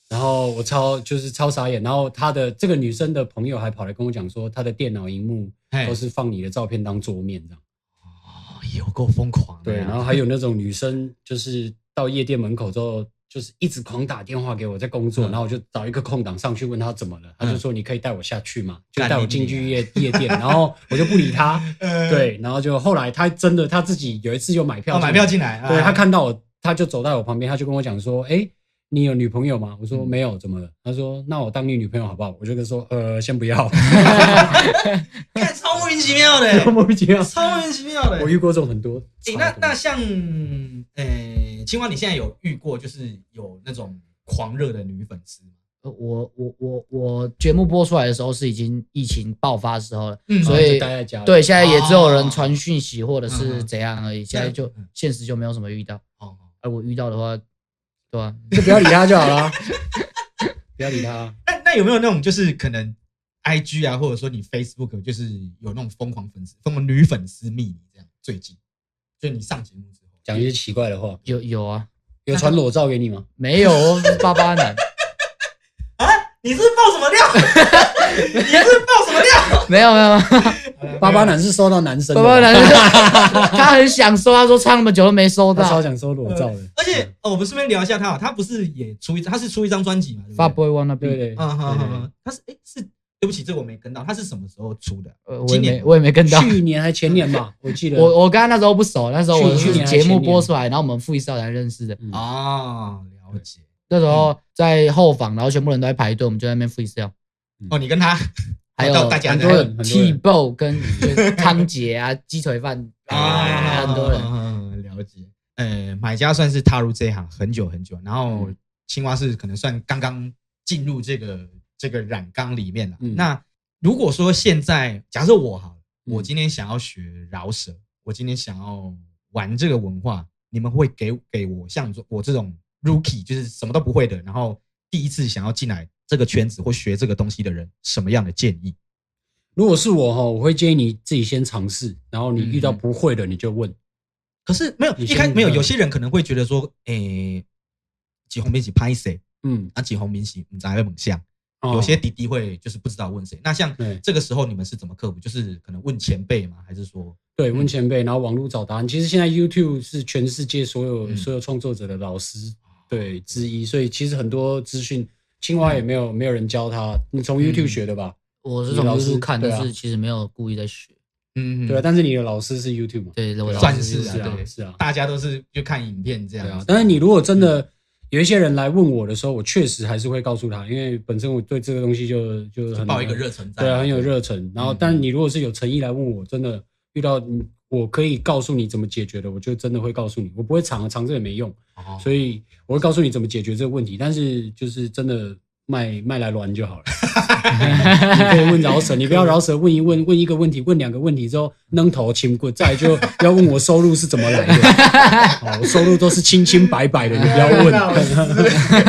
B: 然后我超就是超傻眼，然后她的这个女生的朋友还跑来跟我讲说，她的电脑荧幕
A: 哎
B: 都，是放你的照片当桌面这样。
A: 哦有够疯狂的
B: 对，
A: 呀。
B: 然后还有那种女生，就是到夜店门口之后，就是一直狂打电话给我，在工作，
A: 嗯
B: 然后我就找一个空档上去问她怎么了，她就说你可以带我下去嘛，就
A: 干
B: 带
A: 你
B: 我进去
A: 娘
B: 夜夜店，然后我就不理 她，
A: 呃，
B: 对，然后就后来她真的她自己有一次又买票
A: 哦，
B: 进来，
A: 买票进来，啊
B: 对她看到我，她就走到我旁边，她就跟我讲说，哎。你有女朋友吗？我说
A: 嗯
B: 没有，怎么了？她说那我当你女朋友好不好？我就跟她说 呃，先不要，
A: 看超莫名其妙的，
B: 莫名其妙。
A: 超莫名其妙的
B: 我。遇过这种很多。
A: 哎，那那像，呃，青蛙，你现在有遇过就是有那种狂热的女粉丝吗？
C: 呃我我我我节目播出来的时候是已经疫情爆发的时候了，
A: 嗯
C: 所
B: 哦
C: 以
B: 然后就待在家里
C: 对现在也只有
A: 哦
C: 人传讯息或者
A: 嗯
C: 是
A: 嗯
C: 怎样而已，现在就
A: 嗯
C: 现实就没有什么遇到。
A: 哦，
C: 而我遇到的话，对啊吧？
B: 就不要理他就好 了，不要理他。
A: 那那有没有那种就是可能 I G 啊，或者说你 Facebook 就是有那种疯狂粉丝、疯狂女粉丝密你这样？最近就你上节目之后，
B: 讲一些奇怪的话，
C: 有有啊，
B: 有传裸照给你吗？
C: 没有哦，是八八 男，
A: 你是爆什么料？ 你是爆什么料？
C: 没有没有，没有呃
B: 八八男是收到男生的
C: 八
B: 吧，
C: 八男就是他很想收，他说唱那么久都没收
B: 他超
C: 到。嗯
B: 想收裸照的。
A: 而且哦，我们顺便聊一下他哦，他不是也出一，他是出一张专辑嘛？对不对
C: Fat Boy Wanna
B: 对
C: Be，
B: 对，
A: 嗯好好
B: 对
A: 好，他是哎是，对不起，这我没跟到，他是什么时候出的？
C: 呃我
A: 今
C: 也
A: 年
C: 没我也没跟到。
B: 去年还前年吧，我记得。
C: 我我跟他那时候不熟，那时候我
B: 去
C: 是
B: 年还
C: 节目
B: 前年
C: 播出来，然后我们副少才认识的。
B: 嗯
A: 哦，了解。
C: 那时
A: 嗯
C: 候在后房，然后全部人都在排队，我们就在那边 freestyle，
A: 哦，你跟他
C: 还有
A: 到大家
B: 很
C: 很
B: 多
C: 多
B: 人
C: 人 T b o 跟就是汤姐啊、鸡腿饭啊，很多人。
A: 人了解。呃，买家算是踏入这一行很久很久，然后青蛙是可能算刚刚进入这个这个染缸里面了。
B: 嗯
A: 那如果说现在，假设我哈，
B: 嗯
A: 我今天想要学饶舌，我今天想要玩这个文化，你们会给给我像我这种 rookie，就是什么都不会的，然后第一次想要进来这个圈子或学这个东西的人，什么样的建议？
B: 如果是我哈，我会建议你自己先尝试，然后你遇
C: 嗯
B: 到不会的你就问。
A: 可是没有
B: 你
A: 一
B: 先
A: 开
B: 明
A: 没有，
B: 白
A: 有些人可能会觉得说，诶、几红明喜拍谁
B: 嗯，
A: 啊？几红明喜你才会猛像。
B: 哦
A: 有些弟弟会就是不知道问谁。那像
B: 对
A: 这个时候你们是怎么克服？就是可能问前辈吗？还是说，
B: 对
A: 嗯
B: 问前辈，然后网络找答案。其实现在 YouTube 是全世界所有
A: 嗯哦
B: 所有创作者的老师对之一，所以其实很多资讯，
A: 嗯
B: 青蛙也没有没有人教他，你从 YouTube 学的吧？
C: 我是从
B: 你老师
C: YouTube 看，
B: 对
C: 但
B: 啊
C: 是其实没有故意在学。
A: 嗯，
B: 对啊，但是你的老师是 YouTube 嘛？
C: 对，我
B: 对啊
C: 老
A: 算是
C: 师
B: 是 啊
A: 对，
B: 是啊
A: 大家都是就看影片这
B: 对
A: 样
B: 啊
A: 子。。
B: 但是你如果真
A: 嗯
B: 的有一些人来问我的时候，我确实还是会告诉他，因为本身我对这个东西就就
A: 就
B: 很
A: 抱一个热忱在，
B: 对啊，很有热忱。然后，
A: 嗯
B: 但是你如果是有诚意来问我，真的遇到你，我可以告诉你怎么解决的，我就真的会告诉你，我不会藏啊，藏着也没用。
A: 哦。
B: 所以我会告诉你怎么解决这个问题，但是就是真的卖卖来卵就好了。 你可以问饶舌，你不要饶舌问一问，问一个问题，问两个问题之后扔头轻棍，再来就要问我收入是怎么 来的。哦，我收入都是清清白白的，你不要 问。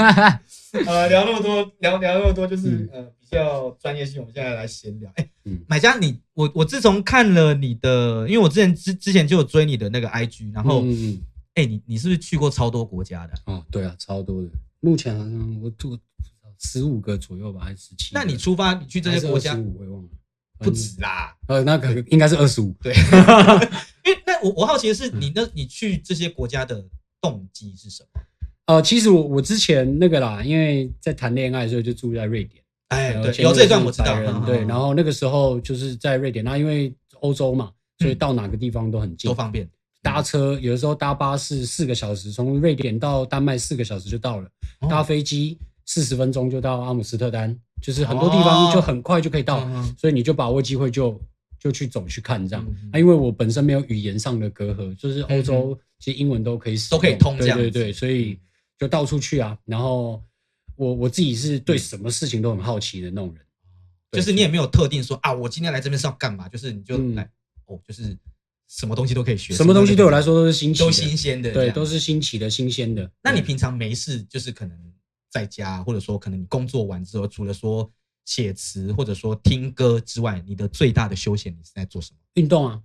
A: 呃，聊那么多，聊聊那么多，就是、
B: 嗯
A: 呃比较专业性。我们现在来闲聊。哎、
B: 嗯
A: 买家你，我我自从看了你的，因为我之前之之前就有追你的那个 IG，然后哎、
B: 嗯嗯
A: 你你是不是去过超多国家的？
B: 嗯哦，对啊，超多的。目前好像我做十五个左右吧，还是十七？
A: 那你出发，你去这些国家
B: 十五，我也忘了，
A: 不止啦。
B: 呃，那个应该是二十五。
A: 对，因为那我我好奇的是，
B: 嗯
A: 你那你去这些国家的动机是什么？
B: 呃，其实我我之前那个啦，因为在谈恋爱的时候就住在瑞典，
A: 哎，
B: 然后
A: 对，
B: 呃前
A: 有
B: 面
A: 这一段
B: 是
A: 我知道
B: 白人。
A: 嗯
B: 对，
A: 嗯
B: 然后那个时候就是在瑞典，那因为欧洲嘛，所以
A: 嗯
B: 到哪个地方都很近
A: 多，方便。
B: 搭车有的时候搭巴士四个小时，从瑞典到丹麦四个小时就到了，
A: 哦
B: 搭飞机四十分钟就到阿姆斯特丹，就是很
A: 哦
B: 多地方就很快就可以到，
A: 嗯嗯
B: 所以你就把握机会就就去走去看这样。啊
A: 嗯嗯
B: 那、因为我本身没有语言上的隔阂，就是欧洲其实英文都可以使用
A: 都可以通这
B: 对
A: 样
B: 对
A: 子嗯
B: 对，所以就到处去啊。然后我我自己是对什么事情都很好奇的那种人，对
A: 哦就是你也没有特定说啊，我今天来这边是要干嘛，就是你就来、哦，就是什么东西都可以学，
B: 什么东西对我来
A: 什么
B: 说都是新奇的，
A: 都新鲜的，这
B: 对，
A: 样
B: 都。是新奇的、新鲜的。
A: 那你
B: 对
A: 平常没事就是可能在家，或者说可能你工作完之后，除了说写词或者说听歌之外，你的最大的休闲你是在做什么？
B: 运动啊，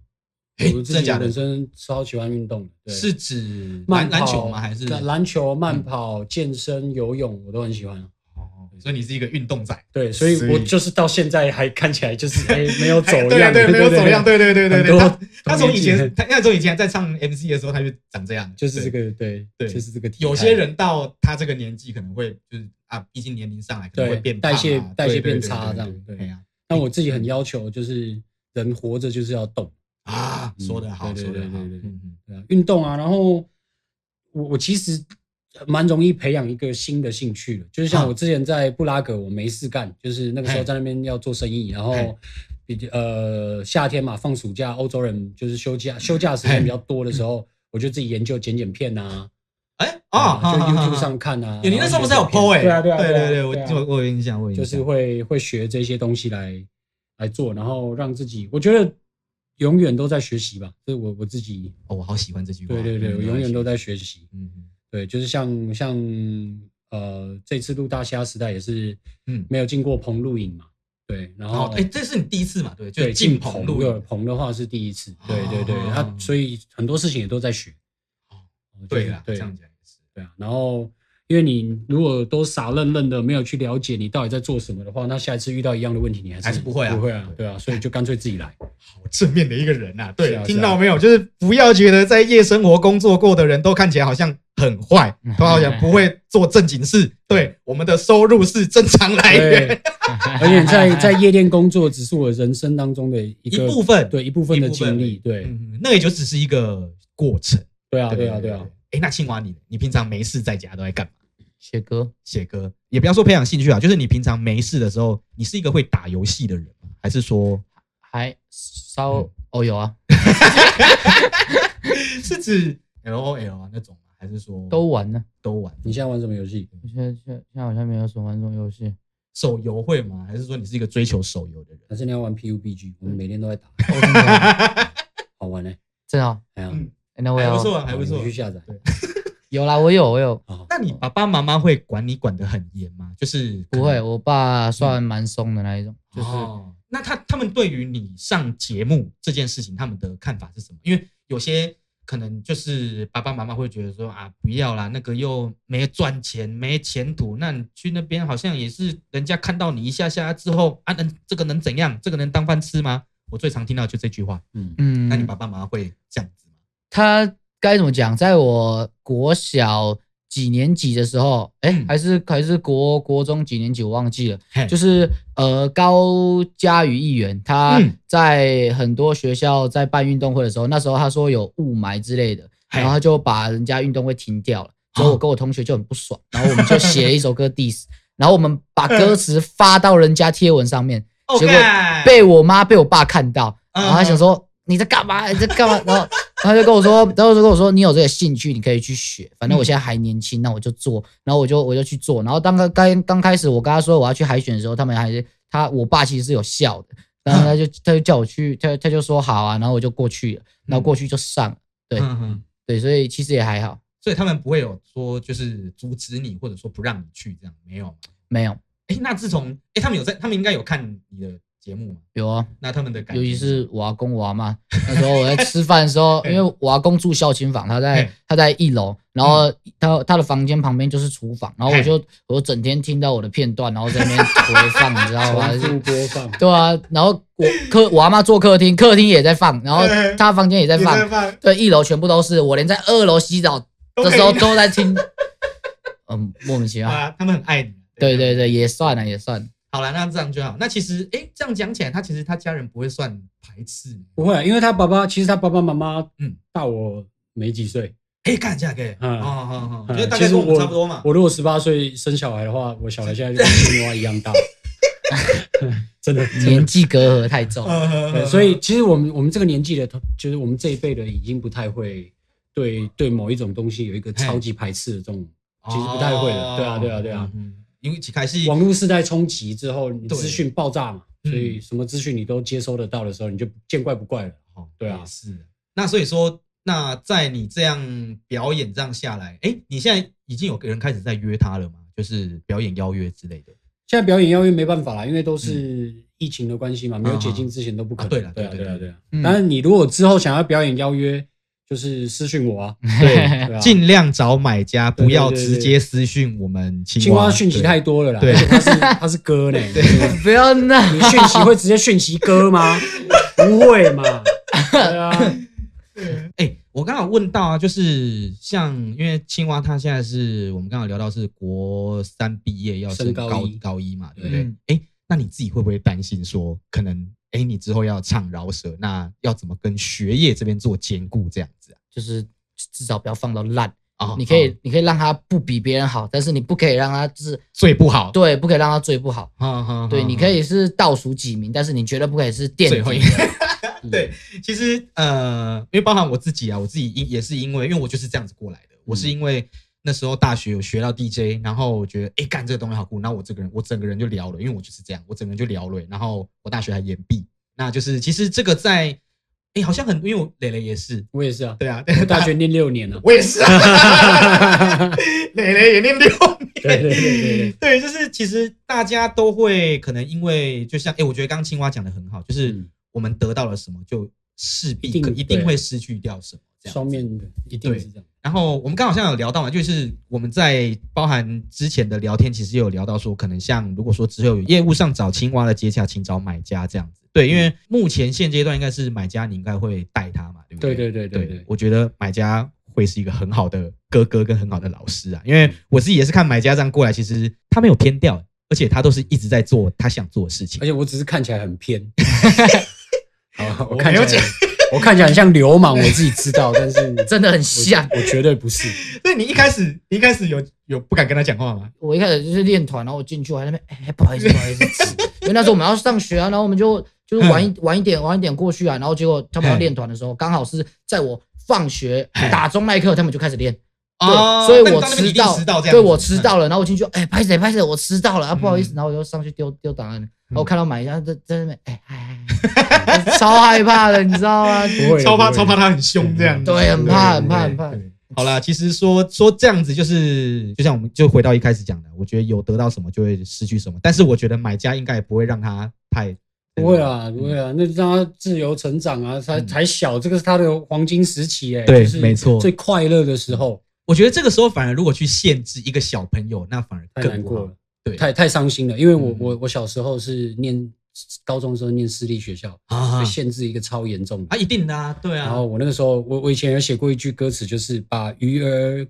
A: 嘿
B: 我自
A: 真的
B: 己
A: 假的
B: 本身超喜欢运动的，对
A: 是指
B: 慢
A: 篮
B: 跑
A: 篮球吗？还是？嗯
B: 篮球、慢跑、健身、游泳，我都很喜欢啊。
A: 哦所以你是一个运动仔，
B: 对，所以
A: 所以
B: 我就是到现在还看起来就是 哎没有走
A: 对
B: 样，
A: 对，没有走样，，对对对对
B: 很
A: 对。
B: 多
A: 他他从以
B: 童
A: 前，
B: 年
A: 他那从以前在唱 MC 的时候，他就长这样，
B: 就是这
A: 对
B: 个对
A: 对
B: 就是这个体态
A: 有些人到他这个年纪可能会就是啊，毕竟年龄上来可能
B: 对
A: 会变
B: 代
A: 胖啊
B: 谢
A: 对
B: 代谢
A: 对
B: 变
A: 对
B: 差
A: 对
B: 这样
A: 对
B: 对
A: 对呀
B: 但我自己很要求，就是人活着就是要动，
A: 啊，
B: 嗯
A: 说的好，
B: 对
A: 说
B: 对
A: 的
B: 对
A: 好，
B: 对对对
A: 嗯嗯
B: 对啊运动啊。然后我我其实蛮容易培养一个新的兴趣的，就是像
A: 啊
B: 我之前在布拉格，我没事干，就是那个时候
A: 嘿
B: 在那边要做生意，然后
A: 嘿
B: 比较呃夏天嘛放暑假，欧洲人就是休假休假时间比较多的时候，我就自己研究剪剪片啊。
A: 哎
B: 啊
A: 哦，，好
B: 就
A: 好好
B: YouTube 上看啊。
A: 有你那时候不是有
B: 然后
A: PO 哎，
B: 对啊对啊
A: 对
B: 啊
A: 对对，
B: 啊
A: 我我我有印象，我有印
B: 就是
A: 象
B: 会会学这些东西来来做，然后让自己，我觉得永远都在学习吧。这是我我自己，
A: 哦，我好喜欢这嗯句话，
B: 对对对，我永远都
A: 学
B: 在学习。
A: 嗯嗯
B: 对，就是像像呃，这次录大虾时代也是，
A: 嗯
B: 嗯，没有进过棚录影嘛，对，然后
A: 好，哎，这是你第一次嘛，对，就
B: 对
A: 是进棚录
B: 的
A: 影，
B: 棚的话是第一次，对对对，
A: 哦
B: 他所以很多事情也都在学
A: 哦。
B: 就是
A: 对啦，这
B: 对
A: 样讲也是，
B: 对啊，然后因为你如果都傻愣愣的，没有去了解你到底在做什么的话，那下一次遇到一样的问题，你还是
A: 还是不会啊
B: 不会啊，对啊，所以就干脆自己来。
A: 好正面的一个人呐，
B: 是
A: 对
B: 啊，
A: 听
B: 是啊
A: 到没有？就是不要觉得在夜生活工作过的人都看起来好像很坏，都好像不会做正经 事。嗯对，我们的收入是正常来源。
B: 对，而且在 在夜店工作，只是我人生当中的一
A: 一
B: 个
A: 部分
B: 对一部分的经
A: 一
B: 历，
A: 部分而已
B: 对
A: 嗯 那也就只是一个过程。
B: 对啊，对啊，对啊。。
A: 哎，那青蛙你呢，你平常没事在家都在干嘛？
C: 写歌，
A: 写歌，也不要说培养兴趣啊，就是你平常没事的时候，你是一个会打游戏的人吗？还是说
C: 还稍、
A: 嗯
C: 哦有啊，
A: 是指 L O L 啊那种吗？还是说
C: 都玩呢。
A: 都玩？
B: 你现在玩什么游戏？
C: 我现在现在现在好像没有什么玩这种游 戏，
A: 手游会吗？还是说你是一个追求手游的人？
B: 还是你要玩 PUBG？我们每天都在打，
C: 哦真的啊
B: 好玩呢。
C: 真的哦。
B: 哎呀，
A: 嗯
C: 哎那我
A: 还
C: 要
A: 不错啊，还不
B: 你
A: 错
B: 们。去下载。
C: 有啦，我有我有，
B: 好，
A: 那你爸爸妈妈会管你管得很严吗？就是可能嗯
C: 不会，我爸算蛮松的那一种，就是
A: 哦、那他他们对于你上节目这件事情，他们的看法是什么？因为有些可能就是爸爸妈妈会觉得说啊，不要啦，那个又没赚钱，没前途，那你去那边好像也是人家看到你一下下之后啊，能这个能怎样？这个能当饭吃吗？我最常听到就这句话。
B: 嗯，
C: 嗯，
A: 那你爸爸妈妈会这样子吗？
C: 他该怎么讲？在我国小几年级的时候，哎、
A: 嗯哎
C: 还是还是国国中几年级，我忘记了。
A: 嘿
C: 就是呃，高嘉瑜议员他
A: 嗯
C: 在很多学校在办运动会的时候，那时候他说有雾霾之类的，
A: 嘿哦
C: 然后他就把人家运动会停掉了。所以我跟我同学就很不爽，然后我们就写了一首歌 diss，然后我们把歌词发到人家贴文 上面，结果
A: 哦干
C: 被我妈被我爸看到，
A: 嗯
C: 然后他想说你在干嘛？你在干嘛？ 然后他就跟我说，然后就跟我说你有这个兴趣，你可以去学，反
A: 嗯
C: 正我现在还年轻，那我就做，然后我就我就去做，然后当刚刚刚开始我跟他说我要去海选的时候，他们还是。他我爸其实是有笑的，然后 他就他就叫我去，他他就说好啊，然后我就过去了，然后过去就上了，对
A: 嗯哼
C: 对，所以其实也还好，
A: 所以他们不会有说就是阻止你，或者说不让你去这样，没有吗。
C: 没有
A: 哎、那自从哎、他们有在，他们应该有看你的节目嘛？
C: 有啊，
A: 那他们的感觉，
C: 尤其是我阿公我阿妈那时候我在吃饭的时 候，因
A: 嘿
C: 为我阿公住孝亲房，他在
A: 嘿嗯
C: 他在一楼，然后他他的房间旁边就是厨房，然后我就我整天听到我的片段，然后在那边回放，你知道 吗？
B: 重
C: 就是
B: 复啊播放。
C: 对啊，然后我客我阿妈坐客厅，客厅也在放，然后
A: 嘿
C: 他房间也在
A: 也在
C: 放，
A: 放，
C: 对，一楼全部都是，我连在二楼洗澡
A: 都
C: 的
A: 可以
C: 时候都在听，嗯，莫名其妙，
A: 啊，他们很爱你。
C: 对对对，也算啊了 也算，
A: 好了，那这样就好。那其实，哎、这样讲起来，他其实他家人不会算排斥你。
B: 不会，因为他爸爸其实他爸爸妈妈
A: 嗯
B: 嗯大我没几岁。
A: 哎、干这样可以，
B: 嗯
A: 哦哦哦，我
B: 嗯
A: 觉得大
B: 其
A: 概
B: 实
A: 跟我们
B: 我
A: 差不多嘛。
B: 我如果十八岁生小孩的话，我小孩现在就跟青蛙一样 大，真的真
C: 年
B: 的。
C: 纪隔阂太重，
B: 对，
A: 嗯
B: 所以其实我们我们这个年纪的，就是我们这一辈的，已经不太会对对某一种东西有一个超级排斥的这种，其实不太会了。对啊，对啊，对啊。，
A: 嗯嗯因为一开始
B: 网络时代冲击之后，你
A: 对
B: 资讯爆炸嘛，
A: 嗯
B: 所以什么资讯你都接收得到的时候，你就见怪不怪了。
A: 哦
B: 对啊
A: 也是。那所以说，那在你这样表演这样下来，哎、你现在已经有个人开始在约他了吗？就是表演邀约之类 的。
B: 现在表演邀约没办法啦，因为都是疫情的关系嘛，没有解禁之前都不可能。
A: 嗯啊对
B: 对
A: 啦
B: 啊，
A: 对
B: 对
A: 对
B: 啊，
A: 对
B: 对啊
C: 嗯。
B: 但是你如果之后想要表演邀约，就是私讯我啊。
A: 对，
B: 对啊
A: 尽量找买家，
B: 对
A: 不要
B: 对对
A: 直
B: 对
A: 接私讯我们青蛙。
B: 青蛙讯息
A: 对
B: 太多了啦，
A: 对
B: 而且他是 他是哥呢，
C: 不要闹，
B: 你讯息会直接讯息 哥吗？不会嘛？对啊，
A: 哎、我刚好问到啊，就是像因为青蛙他现在是我们刚好聊到是国三毕业要升
B: 升
A: 高
B: 高
A: 高
B: 一
A: 一嘛，对不对？哎、
C: 嗯
A: 那你自己会不会担心说，可能哎、你之后要唱饶舌，那要怎么跟学业这边做兼顾这样子
C: 就是至少不要放到烂。
A: 啊？啊
C: 你可
A: 啊
C: 以，你可以让他不比别人好，但是你不可以让他就是
A: 最不好，
C: 对，不可以让他最不好。
A: 啊啊
C: 对，
A: 啊
C: 你
A: 啊
C: 可以是倒数几名，但是你绝对不可以是垫
A: 最后
C: 底
A: 一
C: 的。
A: 对，其实呃，因为包含我自己啊，我自己因也是因为，因为我就是这样子过来
C: 嗯
A: 的。我是因为那时候大学有学到 DJ，然后我觉得哎干、这个东西好酷，然后我这个人我整个人就聊了，因为我就是这样，我整个人就聊了。然后我大学还延毕，那就是其实这个在哎、诶好像很，因为我磊磊也是，
B: 我也是啊，
A: 对啊，
B: 我大学念六年了
A: 。我也是啊，磊磊也念六年，
B: 对对对对对，
A: 对，就是其实大家都会可能因为，就像哎、诶我觉得刚刚青蛙讲的很好，就是
B: 嗯
A: 我们得到了什么，就势必
B: 一定
A: 可一定
B: 对
A: 会失去掉什么。这样
B: 双面的一定是这样。
A: 然后我们刚好像有聊到嘛，就是我们在包含之前的聊天，其实也有聊到说，可能像如果说之后有业务上找青蛙的接洽，请找买家这样子。对，
B: 嗯
A: 因为目前现阶段应该是买家，你应该会带他嘛，对不
B: 对
A: 对
B: 对对对对，
A: 我觉得买家会是一个很好的哥哥跟很好的老师啊，因为我自己也是看买家这样过来，其实他没有偏掉，而且他都是一直在做他想做的事情
B: 而。且我只是看起来 很偏。好，
A: 我
B: 我看起
A: 没有讲
B: 来我看起来很像流氓，我自己知道， 但是
C: 真的很
B: 我
C: 像。
B: 我绝对不是。
A: 所以你一开始，你一开始有有不敢跟他讲话吗？
C: 我一开始就是练团，然后我进去，我还在那边，哎、不好意思，不好意思，因为那时候我们要上学啊，然后我们就就是晚一
A: 嗯
C: 晚一点，晚一点过去啊，然后结果他们要练团的时候，刚好是在我放学
A: 哎
C: 打钟那一刻，他们就开始练，对，所以
A: 哦那你
C: 我
A: 到那边
C: 迟
A: 一定
C: 到
A: 迟到这样子，
C: 对我迟到了，然后我进去，哎、拍谁拍谁，我迟到了啊，不好意思
A: 嗯，
C: 然后我就上去丢丢档案，然后我看到买家在在那边，哎、嗨嗨 嗨超害怕的，你知道吗？
B: 不会，
A: 超怕
B: 不会
A: 超怕他很凶这样子，
C: 对很怕很怕
A: 嗯对
C: 很怕
A: 对好啦，其实说说这样子，就是就像我们就回到一开始讲的，我觉得有得到什么就会失去什么，但是我觉得买家应该也不会让他太
B: 不会啊，不会啊，那就让他自由成长啊，才
A: 嗯
B: 才小，这个是他的黄金时期哎，
A: 对
B: 就是
A: 没错
B: 最快乐的时候，
A: 我觉得这个时候反而如果去限制一个小朋友，那反而
B: 太
A: 更
B: 难
A: 不好
B: 过了，
A: 对
B: 太太伤心了，因为我
A: 嗯
B: 我我小时候是念高中的时候念私立学校，
A: 啊
B: 被限制一个超严重
A: 啊，
B: 的。
A: 一定的啊，对
B: 然
A: 啊
B: 后，我那个时候，我我以前有写过一句歌词，就是把鱼儿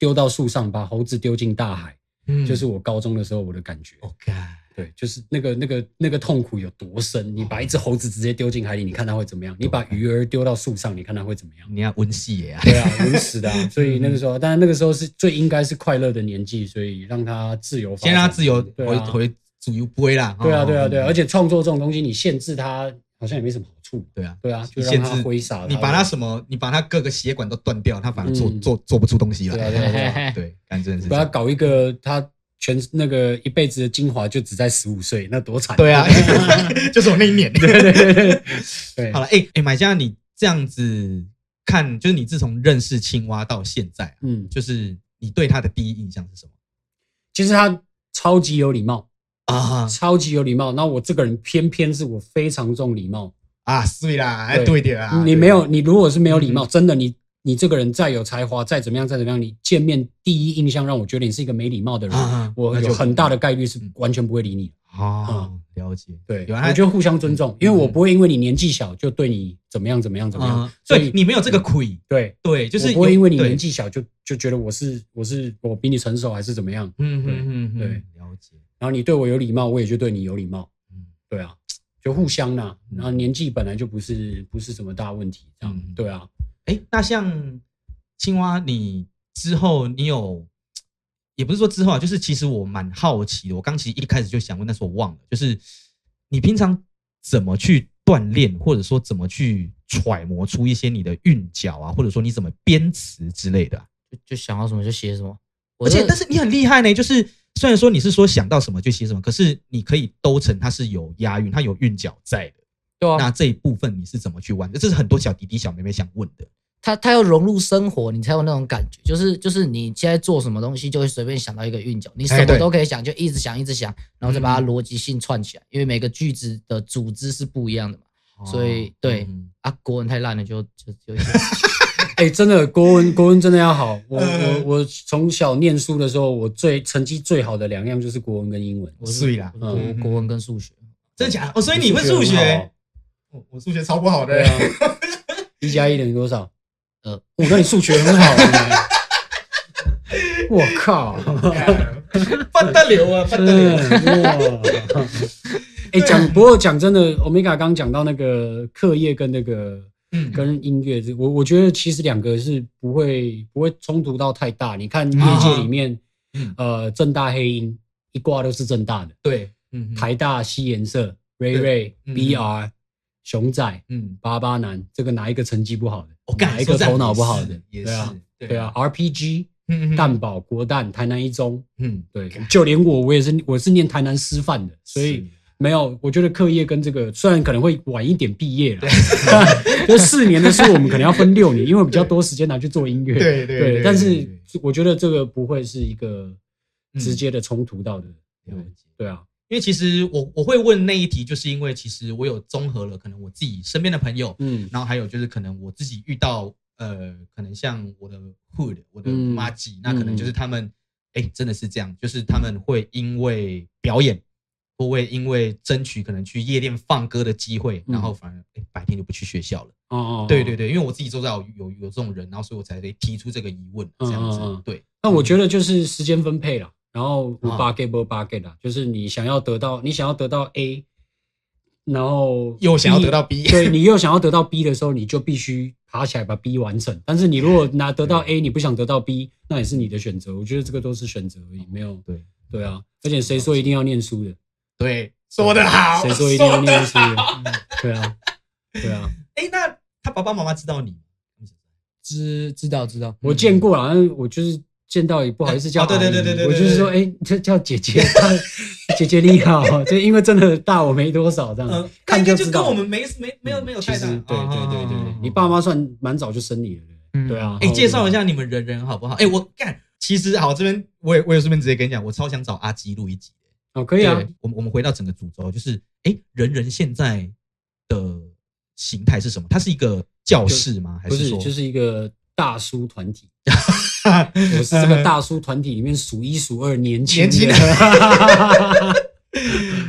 B: 丢到树上，把猴子丢进大海，
A: 嗯哦
B: 就是我高中的时候我的感觉。
A: OK，
B: 对，就是那个那个那个痛苦有多深，你把一只猴子直接丢进海里，你看它会怎么样？你把鱼儿丢到树上，你看它会怎么 样？
A: 你要温系耶啊，
B: 对啊，稳死的、 啊。所
A: 嗯
B: 以那个时候，当然那个时候是最应该是快乐的年纪，所以让他自由发展，
A: 先让他自由嗯
B: 对
A: 回
B: 啊，
A: 回主游归啦，哦
B: 对啊，对啊，对啊。而
A: 且
B: 且创作这种东西，你限制他好像也没什么好处。
A: 对啊。
B: 对啊，就让
A: 限
B: 他
A: 制
B: 挥洒。
A: 你把他什么？你把他各个血管都断掉，他反而做
B: 嗯
A: 做做不出东西
B: 对啊，
A: 来。
B: 对啊，对啊。
A: 对，但真的是这
B: 把他
A: 样。
B: 搞一个他全那个一辈子的精华就只在十五岁，那多惨！
A: 对啊， 就是我那一年。
B: 对对对 对
A: 好，了，哎、哎、买家，你这样子看，就是你自从认识青蛙到现在啊，
B: 嗯，
A: 就是你对他的第一印象是什么
B: 其实他超级有礼貌，
A: 啊？
B: 超级有礼貌。那我这个人偏偏是我非常重礼貌，
A: 啊，对啦，哎，
B: 对
A: 对的啦，
B: 你
A: 对
B: 没有，你如果是没有礼貌，
A: 嗯
B: 真的你你这个人再有才华，再怎么样，再怎么样，你见面第一印象让我觉得你是一个没礼貌的人，
A: 啊，
B: 我
A: 那
B: 有
A: 就
B: 很大的概率是
A: 嗯
B: 完全不会理你的。
A: 哦，了解，
B: 对，
A: 有啊
B: 我觉得互相尊重，因为我不会因为你年纪小就对你怎么样怎么样怎么样
A: 啊，，
B: 所
A: 所
B: 以
A: 以你没有这个亏，
B: 对，
A: 对，就是
B: 我不会
A: 有
B: 因为你
A: 对
B: 年纪小就就觉得我是我是我比你成熟还是怎么样，
A: 嗯嗯嗯，
B: 对
A: 嗯，了解，
B: 然后你对我有礼貌，我也就对你有礼貌，
A: 嗯
B: 对啊，就互相啦。
A: 嗯
B: 然后年纪本来就不是不是什么大问题，这
A: 嗯
B: 样对啊，
A: 哎，那像青蛙，你之后你有，也不是说之后啊，就是其实我蛮好奇的。我刚其实一开始就想问，但是我忘了，就是你平常怎么去锻炼，或者说怎么去揣摩出一些你的韵脚啊，或者说你怎么编词之类的啊、
C: 就就想要什么就写什么。我
A: 而且，
C: 这
A: 但是你很厉害呢，就是虽然说你是说想到什么就写什么，可是你可以兜成它是有押韵，它有韵脚在的。
C: 对
A: 那
C: 啊，
A: 这一部分你是怎么去玩的？这是很多小弟弟小妹妹想问的。
C: 他他要融入生活，你才有那种感觉。就是就是你现在做什么东西，就会随便想到一个韵脚，你
A: 哎
C: 什
A: 对
C: 么都可以想，就一直想一直想，然后再把它
A: 嗯
C: 逻辑性串起来，因为每个句子的组织是不一样的嘛。所以
A: 哦
C: 对
A: 嗯
C: 啊，国文太烂了，就就就
B: 哎、真的国文国文真的要好。我
A: 呃
B: 我我从小念书的时候，我最成绩最好的两样就是国文跟英文。
C: 我是
A: 碎啦
C: 我是
A: 嗯
C: 国国文跟数学。
A: 真的假的？哦，所以你会
B: 我
A: 数
B: 很好
A: 学
B: 哦？？
A: 我我数学超不好
B: 对
A: 欸。
B: 啊，一加一等于多少？
C: 呃，
B: 我跟你数学很好、 欸。我靠！
A: 翻得流啊，翻得流。
B: 嗯哇！哎，讲不过讲真的，Omega 刚讲到那个课业跟那个
A: 嗯，
B: 跟音乐这，我我觉得其实两个是不会不会冲突到太大。你看业界里面
A: 啊嗯，
B: 呃，正大黑鹰一挂都是正大的，
A: 对，嗯，
B: 台大西颜社、瑞
A: 对
B: 瑞、
A: 嗯
B: BR、熊仔、
A: 嗯，
B: 巴巴男，这个哪一个成绩不好的？
A: 我
B: 哪
A: 干
B: 一个头脑不好的？
A: 也
B: 对啊
A: 是，，
B: 对啊，，RPG、
A: 嗯
B: 蛋，堡、国蛋、台南一中，
A: 嗯，
B: 对，就连我，我也是，我是念台南师范的，所以没有，我觉得课业跟这个虽然可能会晚一点毕业了， 就四年的书我们可能要分六年，因为比较多时间拿去做音乐。
A: 对对对
B: 但
A: 对
B: 是
A: 对
B: 我觉得这个不会是一个直接的冲突到的。
A: 了解。
B: 对啊，
A: 因为其实我我会问那一题，就是因为其实我有综合了可能我自己身边的朋友，
B: 嗯
A: 然后还有就是可能我自己遇到呃，可能像我的 hood，我的
B: 嗯
A: 妈吉，那可能就是他们，哎、真的是这样，就是他们会因为表演，或会因为争取可能去夜店放歌的机会，
B: 嗯
A: 然后反而、诶白天就不去学校了。
B: 哦哦，
A: 对对。对，因为我自己周遭有有有这种人，然后所以我才会提出这个疑问，这样子。
B: 嗯嗯嗯
A: 对，
B: 那我觉得就是时间分配啦，然后五
A: 啊
B: 八 get 不八 get 啦，
A: 嗯
B: 就是你想要得到，你想要得到 A，然后
A: 又想要
B: B
A: 得到 B，
B: 对你又想要得到 B 的时候，你就必须爬起来把 B 完成。但是你如果拿得到 A，你不想得到 B，那也是你的选择。我觉得这个都是选择而已，没有
A: 对
B: 对啊。而且谁说一定要念书的？
A: 对，说得好，
B: 谁说一定要
A: 得
B: 念书的？嗯对啊，对啊，
A: 哎、那他爸爸妈妈知道你吗？
C: 知知道知道，
B: 我见过啦，但是我就是见到也不好意思叫
A: 哦对对
B: 阿姨
A: 对对对对
B: 我就是说，哎，叫叫姐姐，姐姐你好， 就因为真的大我没多少这
A: 嗯、
B: 样，
A: 那
B: 看
A: 应该
B: 知
A: 就跟
B: 道
A: 我。们没没没有没有
B: 其
A: 太
B: 实
A: 大。嗯哦
B: 对对对对对，你
A: 爸
B: 爸
A: 妈。
B: 妈算蛮早就生你了，对不
C: 嗯
B: 对对啊。
A: 哎、介绍一下你们人人好不好？哎、我干，其实好，这边我也我也顺便直接跟你讲，我超想找阿基录一集。
B: 哦，可以啊，
A: 我们我们回到整个主轴，就是哎、人人现在的形态是什么？它是一个教室吗？还
B: 不是，
A: 说
B: 就是一个大叔 团体。我是这个大叔团体里面数一数二年轻
A: 年轻
B: 的。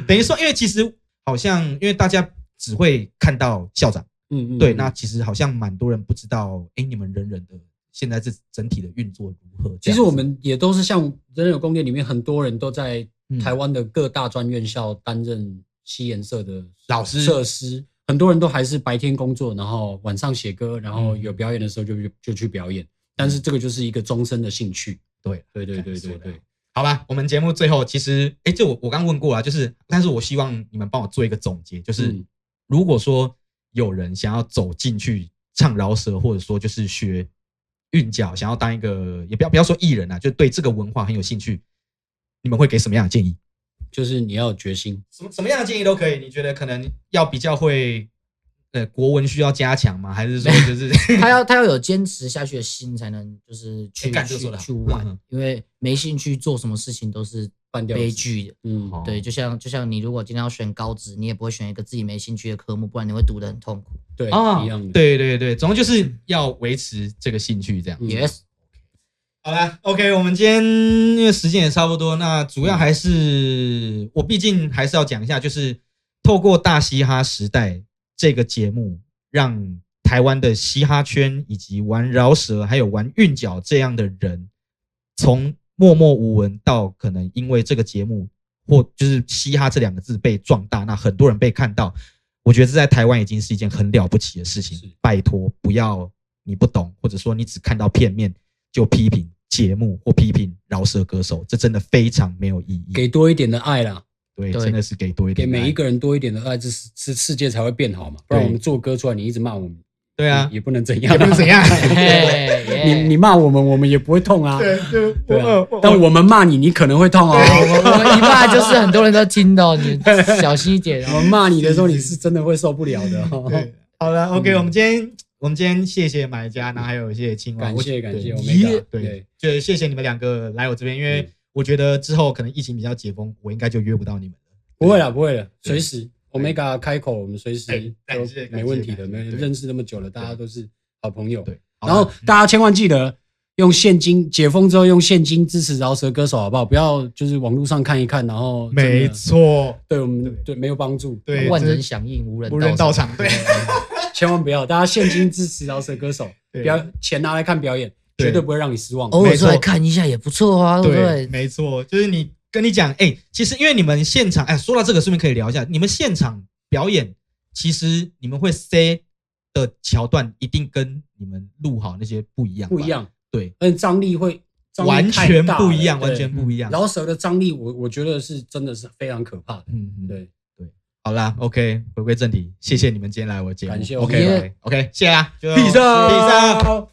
A: 等于说，因为其实好像因为大家只会看到校长，
B: 嗯嗯，
A: 对，那其实好像蛮多人不知道，哎、你们人人的现在这整体的运作如何？这
B: 其
A: 样子
B: 实我们也都是像人有宫殿里面很多人都在
A: 嗯
B: 台湾的各大专院校担任西研社的
A: 老师
B: 设施，很多人都还是白天工作，然后晚上写歌，然后有表演的时候就
A: 嗯
B: 就就去表演。但是这个就是一个终身的兴趣。
A: 对
B: 对对对
A: 说
B: 对
A: 得
B: 对
A: 好。好吧，我们节目最后其实，哎、这我我刚问过啊，就是，但是我希望你们帮我做一个总结，就是、
B: 嗯
A: 如果说有人想要走进去唱饶舌，或者说就是学韵脚，想要当一个，也不要不要说艺人啊，就对这个文化很有兴趣，你们会给什么样的建议？
B: 就是你要有决心。
A: 什么什么样的建议都可以。你觉得可能要比较会，呃，国文需要加强吗？还是说就是
C: 他要他要有坚持下去的心，才能就是去
A: 哎干这个说
C: 去
A: 得好
C: 去
A: 嗯
C: 玩
A: 嗯，
C: 因为没兴趣做什么事情都是
B: 半吊子
C: 悲剧的。
B: 嗯，
A: 哦
C: 对，就像就像你如果今天要选高职，你也不会选一个自己没兴趣的科目，不然你会读得很痛苦。
B: 对，
A: 啊
B: 一样的。
A: 对对对，总之就是要维持这个兴趣这样。
B: 嗯
C: Yes，
A: 好啦 o、k 我们今天因为时间也差不多，那主要还是我毕竟还是要讲一下，就是透过《大嘻哈时代》这个节目，让台湾的嘻哈圈以及玩饶舌还有玩韵脚这样的人，从默默无闻到可能因为这个节目或就是嘻哈这两个字被壮大，那很多人被看到，我觉得这在台湾已经是一件很了不起的事
B: 是
A: 情。拜托，不要你不懂，或者说你只看到片面就批评节目或批评饶舌歌手，这真的非常没有意义。
B: 给多一点的爱啦，
A: 对，
C: 对
A: 真的是给多一
B: 给
A: 点爱。
B: 每一个人多一点的爱，这是这世界才会变好嘛。不然
A: 对
B: 我们做歌出来，你一直骂我们，
A: 对
B: 对
A: 啊，
B: 也不能怎样，
A: 也不能怎。样。
C: 嘿
B: 你你骂我们，我们也不会痛啊。
A: 对
B: 对啊，但我们骂你，你可能会痛哦。
C: 我我一骂就是很多人都听到，你小心一点
B: 我
C: 哦。
B: 们骂你的时候，你是真的会受不了的哦。
A: 对， 好了，OK，
B: 嗯
A: 我们今天我们今天谢谢买家，然后还有谢谢青蛙，
B: 感
A: 我
B: 谢感谢
A: 对
B: Omega，
A: 对
B: 对，
A: 就是谢谢你们两个来我这边，因为
B: 嗯
A: 我觉得之后可能疫情比较解封，我应该就约不到你们了。
B: 不会啦，不会了，随时
A: 对
B: Omega 开口，我们随
A: 对
B: 时
A: 感谢
B: 都没问题
A: 感
B: 的。
A: 谢
B: 没有
A: 对
B: 认识那么久了，大家都是好朋友。
A: 对，好啦嗯
B: 然后大家千万记得用现金，解封之后用现金支持饶舌歌手，好不好？不要就是网络上看一看，然后真的
A: 没错，
B: 对我们对没有帮助。
A: 对
C: 万
A: 这
C: 人响应，无人
A: 无人到场，对
B: 千万不要，大家现金支持饶舌歌手，
A: 对
B: 不要钱拿来看表演，
A: 对哦
B: 绝对不会让你失望。
C: 偶尔出
A: 没
C: 来
A: 错
C: 看一下也不错啊，对不
A: 对，
C: 对？
A: 没错，就是你跟你讲，哎，其实因为你们现场，哎，说到这个，顺便可以聊一下，你们现场表演，其实你们会 say 的桥段一定跟你们录好那些不一样，
B: 不一，样，
A: 对，
B: 而且张力会张力
A: 完
B: 太
A: 全
B: 大
A: 不
B: 了
A: 一样，
B: 对嗯
A: 完全不一样。
B: 饶舌的张力，我我觉得是真的是非常可怕的。
A: 嗯，嗯。
B: 对，
A: 好啦，OK，回归正题，谢谢你们今天来我节目，
B: 感谢
A: OK，OK，、OK，谢啦，就
B: 必胜，
A: 必胜。